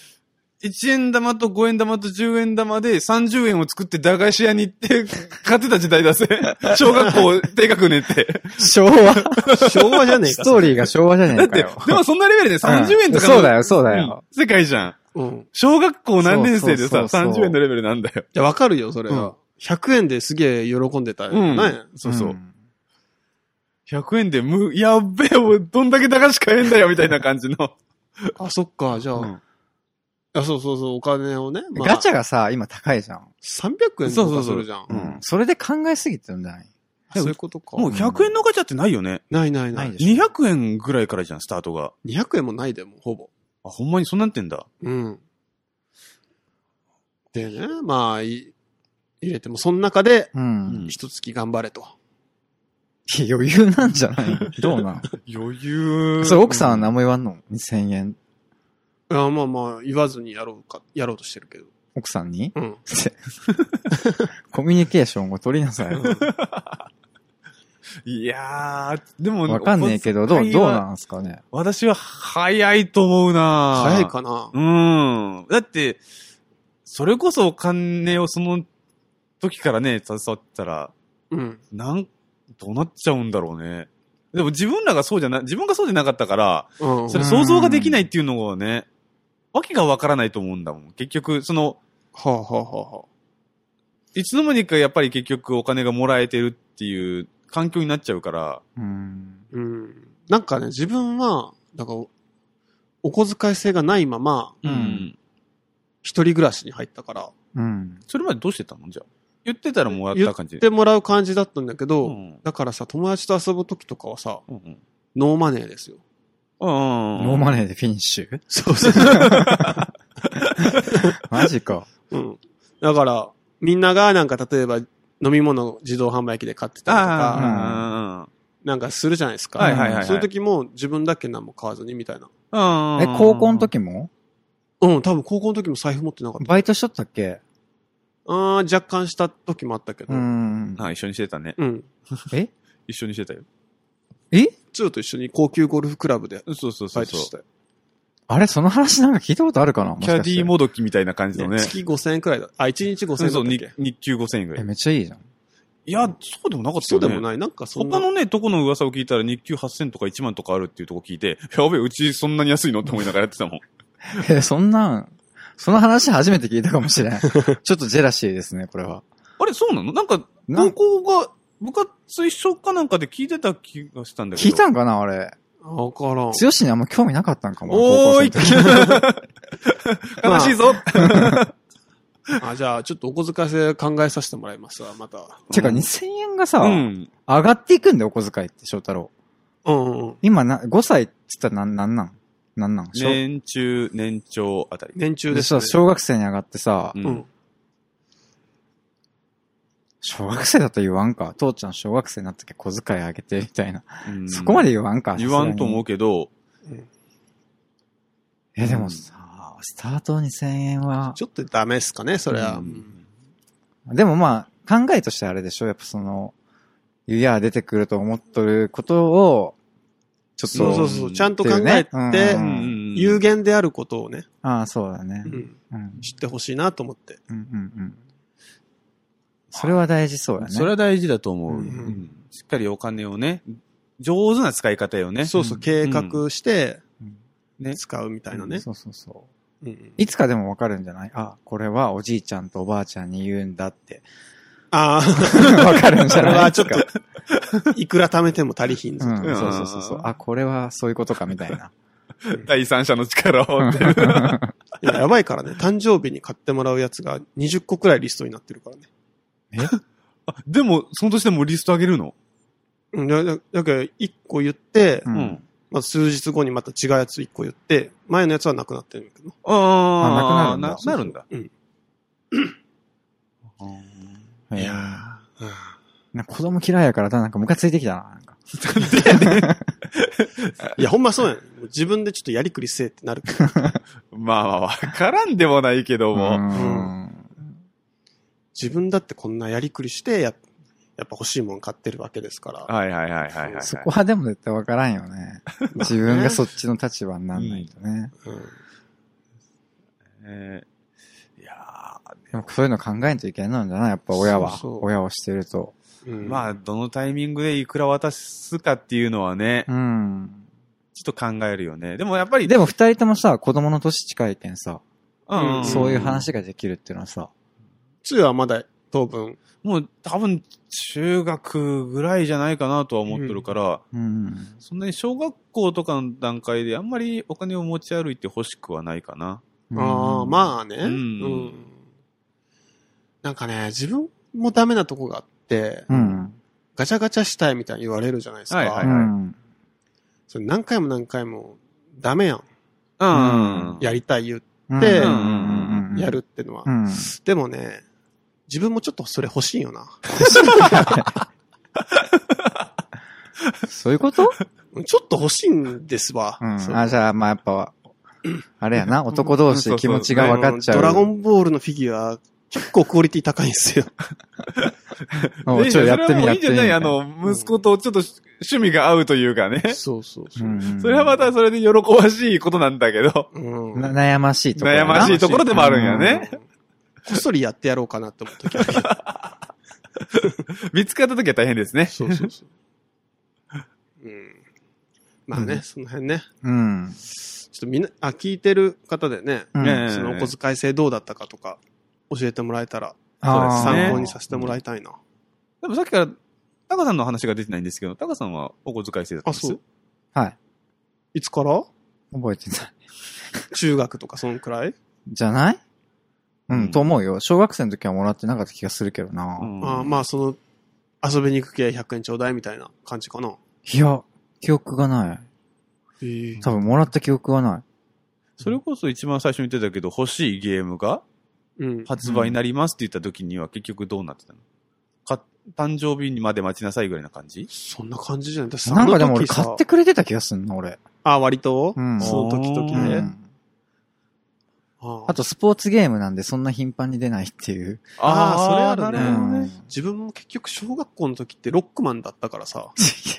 [SPEAKER 3] 1円玉と5円玉と10円玉で30円を作って駄菓子屋に行って買ってた時代だぜ。小学校低学年って。
[SPEAKER 2] 昭和。
[SPEAKER 4] 昭和じゃねえ
[SPEAKER 2] ス
[SPEAKER 4] か。
[SPEAKER 2] トーリーが昭和じゃね
[SPEAKER 3] だ
[SPEAKER 2] え
[SPEAKER 3] っ
[SPEAKER 2] か
[SPEAKER 3] て
[SPEAKER 2] よ。、
[SPEAKER 3] でもそんなレベルで30円とか
[SPEAKER 2] うん
[SPEAKER 3] の
[SPEAKER 2] そうだよそうだよ
[SPEAKER 3] うん世界じゃん。
[SPEAKER 4] うん。
[SPEAKER 3] 小学校何年生で
[SPEAKER 2] そ
[SPEAKER 3] さ、
[SPEAKER 2] うそうそうそう
[SPEAKER 3] 30円のレベルなんだよ。
[SPEAKER 4] いや、わかるよ、それは。100円ですげえ喜んでたよ、ね。
[SPEAKER 3] そうそうう。
[SPEAKER 2] ん
[SPEAKER 3] 100円でむ、やっべえ、もうどんだけ駄菓子買えんだよ、みたいな感じの。
[SPEAKER 4] あ、そっか、じゃあ、
[SPEAKER 3] うん
[SPEAKER 4] あ、そうそうそう、お金をね、まあ、
[SPEAKER 2] ガチャがさ、今高いじゃん。
[SPEAKER 4] 300円とかするじゃん。
[SPEAKER 3] う
[SPEAKER 2] うんん。それで考えすぎてるんじゃない
[SPEAKER 4] そういうことか。
[SPEAKER 3] もう100円のガチャってないよね。
[SPEAKER 4] ないないな
[SPEAKER 2] ない
[SPEAKER 4] い
[SPEAKER 2] で。しょ。
[SPEAKER 3] 200円ぐらいからじゃん、スタートが。
[SPEAKER 4] 200円もないでも、ほぼ。
[SPEAKER 3] あ、ほんまにそんなんてんだ。
[SPEAKER 4] うん。でね、まあ、い入れても、その中で、
[SPEAKER 2] うん。
[SPEAKER 4] 一月頑張れと。
[SPEAKER 2] いや余裕なんじゃない どうな
[SPEAKER 3] 余裕
[SPEAKER 2] のそれ奥さんは何も言わんの ?2000 円。
[SPEAKER 4] いや、まあまあ、言わずにやろうか、やろうとしてるけど。
[SPEAKER 2] 奥さんに
[SPEAKER 4] うん。
[SPEAKER 2] コミュニケーションを取りなさい。
[SPEAKER 3] いやー、でも、
[SPEAKER 2] わかんねえけど、ど
[SPEAKER 3] お
[SPEAKER 2] う、
[SPEAKER 3] 小遣い
[SPEAKER 2] どう
[SPEAKER 3] は
[SPEAKER 2] なんすかね。
[SPEAKER 3] 私は早いと思うな
[SPEAKER 4] 早いかな
[SPEAKER 3] うん。だって、それこそお金をその時からね、携わってたら、
[SPEAKER 4] うん。
[SPEAKER 3] なん、どうなっちゃうんだろうね。でも自分らがそうじゃな、自分がそうじゃなかったから、
[SPEAKER 4] うん。
[SPEAKER 3] それ想像ができないっていうのがね、わけがわからないと思うんだもん。結局、その、
[SPEAKER 4] はあ、はあはあはい
[SPEAKER 3] つの間にかやっぱり結局お金がもらえてるっていう環境になっちゃうから、
[SPEAKER 2] うん。
[SPEAKER 4] あ、うん。なんかね、自分は、だからお、お小遣い制がないまま、
[SPEAKER 2] うん
[SPEAKER 4] 一人暮らしに入ったから、
[SPEAKER 2] うん。
[SPEAKER 3] それまでどうしてたのじゃあ。言ってたらもらった感じ
[SPEAKER 4] 言ってもらう感じだったんだけど、
[SPEAKER 3] うん
[SPEAKER 4] だからさ、友達と遊ぶ時とかはさ、
[SPEAKER 3] うんうん
[SPEAKER 4] ノーマネーですよ。
[SPEAKER 3] うんうんうん
[SPEAKER 2] ノーマネーでフィニッシュ
[SPEAKER 4] そうそう。
[SPEAKER 2] マジか。
[SPEAKER 4] うん。だから、みんながなんか例えば飲み物を自動販売機で買ってたりとか、
[SPEAKER 3] あ
[SPEAKER 4] なんかするじゃないですか。
[SPEAKER 3] はいはいはいはい
[SPEAKER 4] そういう時も自分だけ何も買わずにみたいな。
[SPEAKER 3] あ、うんうんうん
[SPEAKER 2] え、高校の時も
[SPEAKER 4] うん、多分高校の時も財布持ってなかった。
[SPEAKER 2] バイトしとったっけ
[SPEAKER 4] ああ若干した時もあったけど。
[SPEAKER 2] う
[SPEAKER 4] うん。
[SPEAKER 2] ん。
[SPEAKER 3] あ一緒にしてたね。
[SPEAKER 2] え
[SPEAKER 3] 一緒にしてたよ。
[SPEAKER 2] え
[SPEAKER 4] つよと一緒に高級ゴルフクラブで
[SPEAKER 3] そうそうそ
[SPEAKER 4] バ
[SPEAKER 3] う
[SPEAKER 4] イトし
[SPEAKER 3] そ
[SPEAKER 4] た
[SPEAKER 3] う。
[SPEAKER 4] よ。
[SPEAKER 2] あれその話なんか聞いたことあるかなもし
[SPEAKER 3] キ
[SPEAKER 2] か
[SPEAKER 3] ャ
[SPEAKER 2] して
[SPEAKER 3] ディーもどきみたいな感じのね。
[SPEAKER 4] 月5000円くらいだ。あ、1日5000
[SPEAKER 3] そ
[SPEAKER 4] 円
[SPEAKER 3] う
[SPEAKER 4] だ
[SPEAKER 3] そ
[SPEAKER 4] った
[SPEAKER 3] う、
[SPEAKER 4] っ
[SPEAKER 3] 日
[SPEAKER 4] け
[SPEAKER 3] 日給5000円ぐら
[SPEAKER 2] え、
[SPEAKER 3] い。
[SPEAKER 2] めっちゃいいじゃん。
[SPEAKER 3] いや、そうでもなかった
[SPEAKER 4] そ
[SPEAKER 3] よ
[SPEAKER 4] う
[SPEAKER 3] ね。
[SPEAKER 4] でもない。なんかそんな。
[SPEAKER 3] 他のね、とこの噂を聞いたら日給8000とか1万とかあるっていうとこ聞いて、やべえ、うちそんなに安いのって思いながらやってたもん。
[SPEAKER 2] え、そんなん、その話初めて聞いたかもしれん。ち ょっとジェラシーですね、これは。
[SPEAKER 3] あれ、そうなのなんか、
[SPEAKER 2] な
[SPEAKER 3] 高校が部活一緒かなんかで聞いてた気がしたんだけど。
[SPEAKER 2] 聞いたんかな、あれ。
[SPEAKER 4] あわからん。
[SPEAKER 2] 強しにあんま興味なかったんかも。
[SPEAKER 3] おー
[SPEAKER 2] 高校生の時
[SPEAKER 3] い 悲しいぞ
[SPEAKER 4] あ、じゃあ、ちょっとお小遣い制考えさせてもらいますわ、また。
[SPEAKER 2] てか2000円がさ、
[SPEAKER 3] うん。
[SPEAKER 2] 上がっていくんだよ、お小遣いって、翔太郎。
[SPEAKER 4] うんうんうん。
[SPEAKER 2] 今な、5歳って言ったらなん、なんなんなんなん小
[SPEAKER 3] 年中、年長あたり。
[SPEAKER 4] 年中
[SPEAKER 2] で
[SPEAKER 4] です、ね
[SPEAKER 2] さ、。小学生に上がってさ、
[SPEAKER 3] う
[SPEAKER 4] うんん。
[SPEAKER 2] 小学生だと言わんか。父ちゃん小学生になったけ小遣いあげて、みたいな。
[SPEAKER 3] うん
[SPEAKER 2] そこまで言わんか。
[SPEAKER 3] 言わんと思
[SPEAKER 2] う。
[SPEAKER 3] うけど、
[SPEAKER 2] え、でもさ、スタート2000円は、
[SPEAKER 4] ちょっとダメっすかね、それは。
[SPEAKER 3] う
[SPEAKER 4] うんん
[SPEAKER 2] でもまあ、考えとしてあれでしょやっぱその、いや、出てくると思っとることを、ちょっと、
[SPEAKER 4] そうそうそう。ちゃんと考え
[SPEAKER 2] ってい
[SPEAKER 4] て、
[SPEAKER 2] うねうん
[SPEAKER 4] 有限であることをね、
[SPEAKER 2] ああ、そうだね
[SPEAKER 4] う。ん
[SPEAKER 2] うん。
[SPEAKER 4] 知ってほしいなと思って。
[SPEAKER 2] うんうんうん。それは大事そうだね。
[SPEAKER 3] それは大事だと思う、
[SPEAKER 2] うん
[SPEAKER 3] うんしっかりお金をね、上手な使い方よね。
[SPEAKER 4] そうそう、
[SPEAKER 2] うん
[SPEAKER 4] 計画して
[SPEAKER 2] うん、
[SPEAKER 3] ね
[SPEAKER 4] 使うみたいな
[SPEAKER 2] うん
[SPEAKER 4] ね。
[SPEAKER 2] そうそうそう。
[SPEAKER 4] うんうん
[SPEAKER 2] いつかでもわかるんじゃないあ、これはおじいちゃんとおばあちゃんに言うんだって。
[SPEAKER 4] あ
[SPEAKER 2] わか るんじゃ
[SPEAKER 4] こ
[SPEAKER 2] な
[SPEAKER 4] れ
[SPEAKER 2] い
[SPEAKER 4] は
[SPEAKER 2] ですか。
[SPEAKER 4] ちあ、いくら貯めても足りひんぞ。
[SPEAKER 2] うん、そうそうそうそう。あ、これはそういうことかみたい な。
[SPEAKER 3] 第三者の力をって。
[SPEAKER 4] いややばいからね、誕生日に買ってもらうやつが20個くらいリストになってるからね。
[SPEAKER 3] あでも、その年でもリスト上げるの
[SPEAKER 4] うん、だだだけど、1個言って、
[SPEAKER 2] うん。
[SPEAKER 4] まあ、数日後にまた違うやつ1個言って、前のやつはなくなってるんだけど。
[SPEAKER 3] あ
[SPEAKER 2] あなくなるんだ
[SPEAKER 3] なるんだ。
[SPEAKER 4] う ん
[SPEAKER 2] い
[SPEAKER 4] い
[SPEAKER 2] や
[SPEAKER 4] やーうん
[SPEAKER 2] なんか子供嫌いやから、だなんかムカついてきたな。なんか
[SPEAKER 4] いや、ほんまそうやねん。自分でちょっとやりくりせえってなるけど。
[SPEAKER 3] まあまあ、わからんでもないけども。
[SPEAKER 2] うん
[SPEAKER 4] 自分だってこんなやりくりしてや、やっぱ欲しいもん買ってるわけですから。
[SPEAKER 3] はいはいはいはい、はい。
[SPEAKER 2] そこはでも絶対わからんよね。自分がそっちの立場になんないとね。
[SPEAKER 4] うん
[SPEAKER 3] えーいや
[SPEAKER 2] でもそういうの考えんといけないんだな、やっぱ親は
[SPEAKER 4] そう。そう
[SPEAKER 2] 親をしてると。
[SPEAKER 4] うん
[SPEAKER 3] ーまあ、どのタイミングでいくら渡すかっていうのはね、
[SPEAKER 2] うん。
[SPEAKER 3] ちょっと考えるよね。でもやっぱり、
[SPEAKER 2] でも二人ともさ、子供の年近いけんさ、
[SPEAKER 3] うん
[SPEAKER 4] ん
[SPEAKER 2] そういう話ができるっていうのはさ、
[SPEAKER 4] つゆはまだ当分。
[SPEAKER 3] もう多分、中学ぐらいじゃないかなとは思ってるから、
[SPEAKER 2] うん。
[SPEAKER 3] そんなに小学校とかの段階であんまりお金を持ち歩いて欲しくはないかな。
[SPEAKER 4] ああ、
[SPEAKER 2] あ。
[SPEAKER 4] まあね、
[SPEAKER 3] うん
[SPEAKER 4] なんかね、自分もダメなとこがあって、
[SPEAKER 2] うん。
[SPEAKER 4] ガチャガチャしたいみたいに言われるじゃないですか。
[SPEAKER 3] はいは
[SPEAKER 2] う
[SPEAKER 3] いはい
[SPEAKER 2] ん。
[SPEAKER 4] それ何回も何回もダメやん。
[SPEAKER 3] うん
[SPEAKER 4] やりたい言う、
[SPEAKER 2] で
[SPEAKER 4] うんやる。ってのは、
[SPEAKER 2] うん。
[SPEAKER 4] でもね、自分もちょっとそれ欲しいよな。
[SPEAKER 2] そういうこと
[SPEAKER 4] ちょっと欲しいんですわ。
[SPEAKER 2] うん。
[SPEAKER 4] そう
[SPEAKER 2] あ、じゃあ、まあやっぱ、あれやな、男同士で気持ちが分かっちゃう。
[SPEAKER 4] ドラゴンボールのフィギュア、結構クオリティ高いんですよ。
[SPEAKER 2] おちょ、
[SPEAKER 3] い
[SPEAKER 2] や
[SPEAKER 3] や
[SPEAKER 2] ってみ、
[SPEAKER 3] それはもう
[SPEAKER 2] やっ
[SPEAKER 3] いい
[SPEAKER 2] て
[SPEAKER 3] んじゃ
[SPEAKER 2] み。
[SPEAKER 3] ないあ
[SPEAKER 2] み
[SPEAKER 3] の、息子とちょっと趣趣味が合うというかね。
[SPEAKER 4] そうそう
[SPEAKER 2] たいう
[SPEAKER 4] そ。
[SPEAKER 2] な、うん
[SPEAKER 3] それはまたそれで喜ばしいことなんだけど。
[SPEAKER 4] うん
[SPEAKER 2] な悩ましいところや
[SPEAKER 3] 悩
[SPEAKER 2] な。
[SPEAKER 3] ましいところでもあるんやね。
[SPEAKER 4] うんこっそりやってやろうかなって思った時ある
[SPEAKER 3] 見つかった時は大変ですね。
[SPEAKER 4] そうそうそう。うん。まあね、
[SPEAKER 2] うん
[SPEAKER 4] その辺ね。
[SPEAKER 2] うん。
[SPEAKER 4] ちょっとみんな、あ、聞いてる方でね、
[SPEAKER 2] うん
[SPEAKER 3] ねえ
[SPEAKER 4] そのお小遣い制どうだったかとか、教えてもらえたら、
[SPEAKER 2] あー
[SPEAKER 3] そうですね
[SPEAKER 4] 参考にさせてもらいたいな。
[SPEAKER 3] でもさっきから、タカさんの話が出てないんですけど、タカさんはお小遣い制だった
[SPEAKER 4] あ、
[SPEAKER 3] んです
[SPEAKER 4] そう。
[SPEAKER 2] はい。
[SPEAKER 4] いつから
[SPEAKER 2] 覚えてない。
[SPEAKER 4] 中学とかそのくらい
[SPEAKER 2] じゃないうん、
[SPEAKER 3] うん
[SPEAKER 2] と思うよ。小学生の時はもらってなかった気がするけどな。
[SPEAKER 3] うん
[SPEAKER 4] あーまあ、その、遊びに行く系100円ちょうだいみたいな感じかな。
[SPEAKER 2] いや、記憶がない。
[SPEAKER 4] へえ
[SPEAKER 2] 多分もらった記憶がない。
[SPEAKER 3] それこそ一番最初に言ってたけど、欲しいゲームが
[SPEAKER 4] うん。
[SPEAKER 3] 発売になりますって言った時には結局どうなってたのか、誕生日にまで待ちなさいぐらいな感じ
[SPEAKER 4] そんな感じじゃない
[SPEAKER 2] なんかでも俺買
[SPEAKER 4] さ
[SPEAKER 2] ってくれてた気がすんな、俺。
[SPEAKER 4] あ、割と、
[SPEAKER 2] うん
[SPEAKER 4] その時々
[SPEAKER 2] う
[SPEAKER 4] で、
[SPEAKER 2] ん。
[SPEAKER 4] あ
[SPEAKER 2] あ
[SPEAKER 4] と、
[SPEAKER 2] とスポーツゲームなんでそんな頻繁に出ないっていう。
[SPEAKER 4] あー
[SPEAKER 2] う
[SPEAKER 4] なるほど
[SPEAKER 2] ん。
[SPEAKER 4] 自分も結局小学校の時ってロックマンだったか らさ、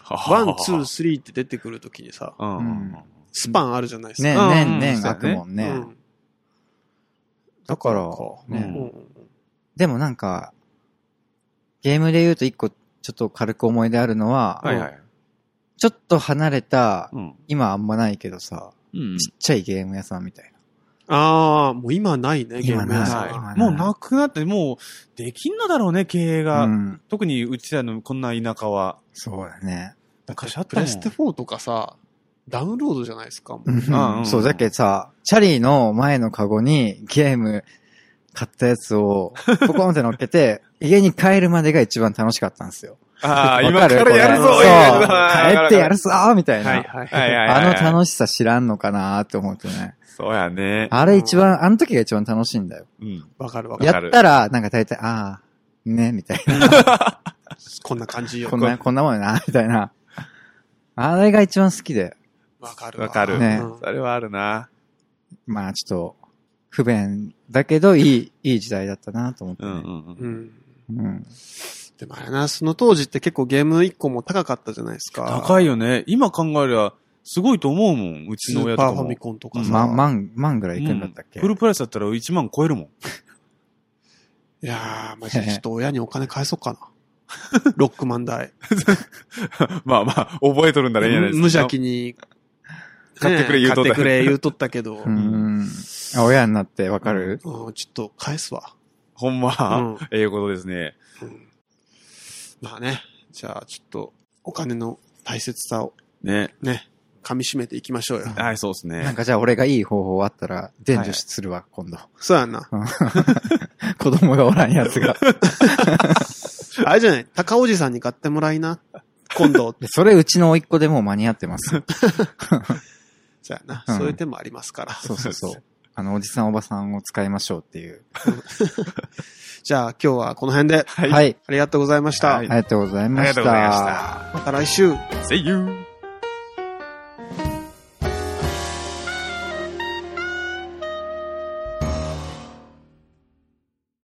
[SPEAKER 4] ワ
[SPEAKER 3] ワ
[SPEAKER 4] ン、ツー、。スリーって出てくる時にさ、
[SPEAKER 3] うんうん
[SPEAKER 4] スパンあるじゃないですか。
[SPEAKER 2] ね、
[SPEAKER 3] うん
[SPEAKER 2] ねんね
[SPEAKER 3] うん
[SPEAKER 2] ん開くもん
[SPEAKER 4] う
[SPEAKER 2] ね。
[SPEAKER 4] ん。
[SPEAKER 2] だから
[SPEAKER 4] うん
[SPEAKER 2] ね
[SPEAKER 4] うん
[SPEAKER 2] でもなんか、ゲームで言うと一個ちょっと軽く思い出あるのは、
[SPEAKER 3] はいはい。
[SPEAKER 2] ちょっと離れた、
[SPEAKER 3] うん。
[SPEAKER 2] 今あんまないけどさ、
[SPEAKER 3] うん
[SPEAKER 2] ちっちゃいゲーム屋さんみたいな。
[SPEAKER 4] ああ、もう今ないね、ゲー
[SPEAKER 2] 今
[SPEAKER 4] ム
[SPEAKER 2] ない
[SPEAKER 4] 屋さんは
[SPEAKER 3] はい。もうなくなって、もう、できんのだろうね、経営が。
[SPEAKER 2] うん。
[SPEAKER 3] 特にうちらのこんな田舎は。
[SPEAKER 2] そうだね。
[SPEAKER 3] 昔あっ
[SPEAKER 4] プ
[SPEAKER 3] たも
[SPEAKER 4] レ
[SPEAKER 3] ん
[SPEAKER 4] ステ4とかさ、ダウンロードじゃないですか、もう。
[SPEAKER 3] んうん
[SPEAKER 2] そう、だけどさ、チャリの前のカゴにゲーム買ったやつをポコンって乗っけて、 家に帰るまでが一番楽しかったんですよ。
[SPEAKER 3] あ
[SPEAKER 2] わ
[SPEAKER 3] あ、今から
[SPEAKER 2] これ
[SPEAKER 3] やるぞ
[SPEAKER 2] そ
[SPEAKER 3] いうやつ
[SPEAKER 2] う帰ってやるぞみたい
[SPEAKER 4] はい
[SPEAKER 2] な。
[SPEAKER 4] はい
[SPEAKER 3] はいはいはい
[SPEAKER 2] あの
[SPEAKER 3] し
[SPEAKER 2] 楽しさ知らんのかなって思ってね。
[SPEAKER 3] そうやね。
[SPEAKER 2] あれ一番、あの時が一番楽しいんだよ。
[SPEAKER 3] うん。
[SPEAKER 4] わかるわかる。
[SPEAKER 2] や
[SPEAKER 3] かる
[SPEAKER 2] ったら、なんか大体、ああ、ね、みたいな。
[SPEAKER 4] こんな感じよ
[SPEAKER 2] こ。んな、こんなもんやな、みたいな。あれが一番好きで。
[SPEAKER 4] わかるわ。
[SPEAKER 3] わかる。
[SPEAKER 2] ね
[SPEAKER 4] うん
[SPEAKER 3] それはあるな。
[SPEAKER 2] まあ、ちょっと、不便だけど、いい、いい時代だったなと思って
[SPEAKER 3] う
[SPEAKER 2] ね。
[SPEAKER 3] んうんう。
[SPEAKER 4] うんん。
[SPEAKER 2] うん。
[SPEAKER 4] でもあれな、その当時って結構ゲーム1個も高かったじゃないですか。
[SPEAKER 3] 高
[SPEAKER 4] い。
[SPEAKER 3] いよね。今考えりゃ、すごいと思うもん。うち
[SPEAKER 4] ス
[SPEAKER 3] の親
[SPEAKER 4] ー
[SPEAKER 3] とか
[SPEAKER 4] パ
[SPEAKER 3] も。
[SPEAKER 4] ーファミコンとかさ。
[SPEAKER 2] ま、万、万ぐらい行くんだったっけ、
[SPEAKER 3] うんフルプライスだったら1万超えるもん。
[SPEAKER 4] いやー、マジでちょっと親にお金返そうかな。 ロックマン代。
[SPEAKER 3] まあまあ、覚えとるんだらいいじゃないですか。
[SPEAKER 4] 無邪気に。
[SPEAKER 3] 買ってくれ言うとった
[SPEAKER 4] ね買ってくれ言うとったけど。
[SPEAKER 2] う
[SPEAKER 4] うん
[SPEAKER 2] ん。あ親になってわかる、
[SPEAKER 4] ちょっと返すわ。
[SPEAKER 3] ほんま、
[SPEAKER 4] うん
[SPEAKER 3] ええことですね。
[SPEAKER 4] うんまあね。じゃあちょっと、お金の大切さを
[SPEAKER 3] ね。
[SPEAKER 4] ね、噛み締めていきましょうよ。
[SPEAKER 3] はい、そうです
[SPEAKER 2] なん
[SPEAKER 3] ね。
[SPEAKER 2] かじゃあ俺がいい方法あったら、伝授するわ、今度。
[SPEAKER 4] そうやんな。
[SPEAKER 2] 子供がおらんやつ が。
[SPEAKER 4] あれじゃない高おじさんに買ってもらいな。今 度。
[SPEAKER 2] でそれうちの甥っ子でもう間に合って ます。
[SPEAKER 4] そうやな。
[SPEAKER 2] うん
[SPEAKER 4] そういう手もありますから。
[SPEAKER 2] そうそうそう。あの、おじさんおばさんを使いましょうっていう。
[SPEAKER 4] じゃあ今日はこの辺で。
[SPEAKER 3] は
[SPEAKER 2] はい。
[SPEAKER 4] ありがとうございました。
[SPEAKER 3] はい
[SPEAKER 2] ありがとうござい
[SPEAKER 3] あ
[SPEAKER 2] ま
[SPEAKER 3] り
[SPEAKER 2] した。
[SPEAKER 3] がとうございました。
[SPEAKER 4] また来週。
[SPEAKER 3] See you!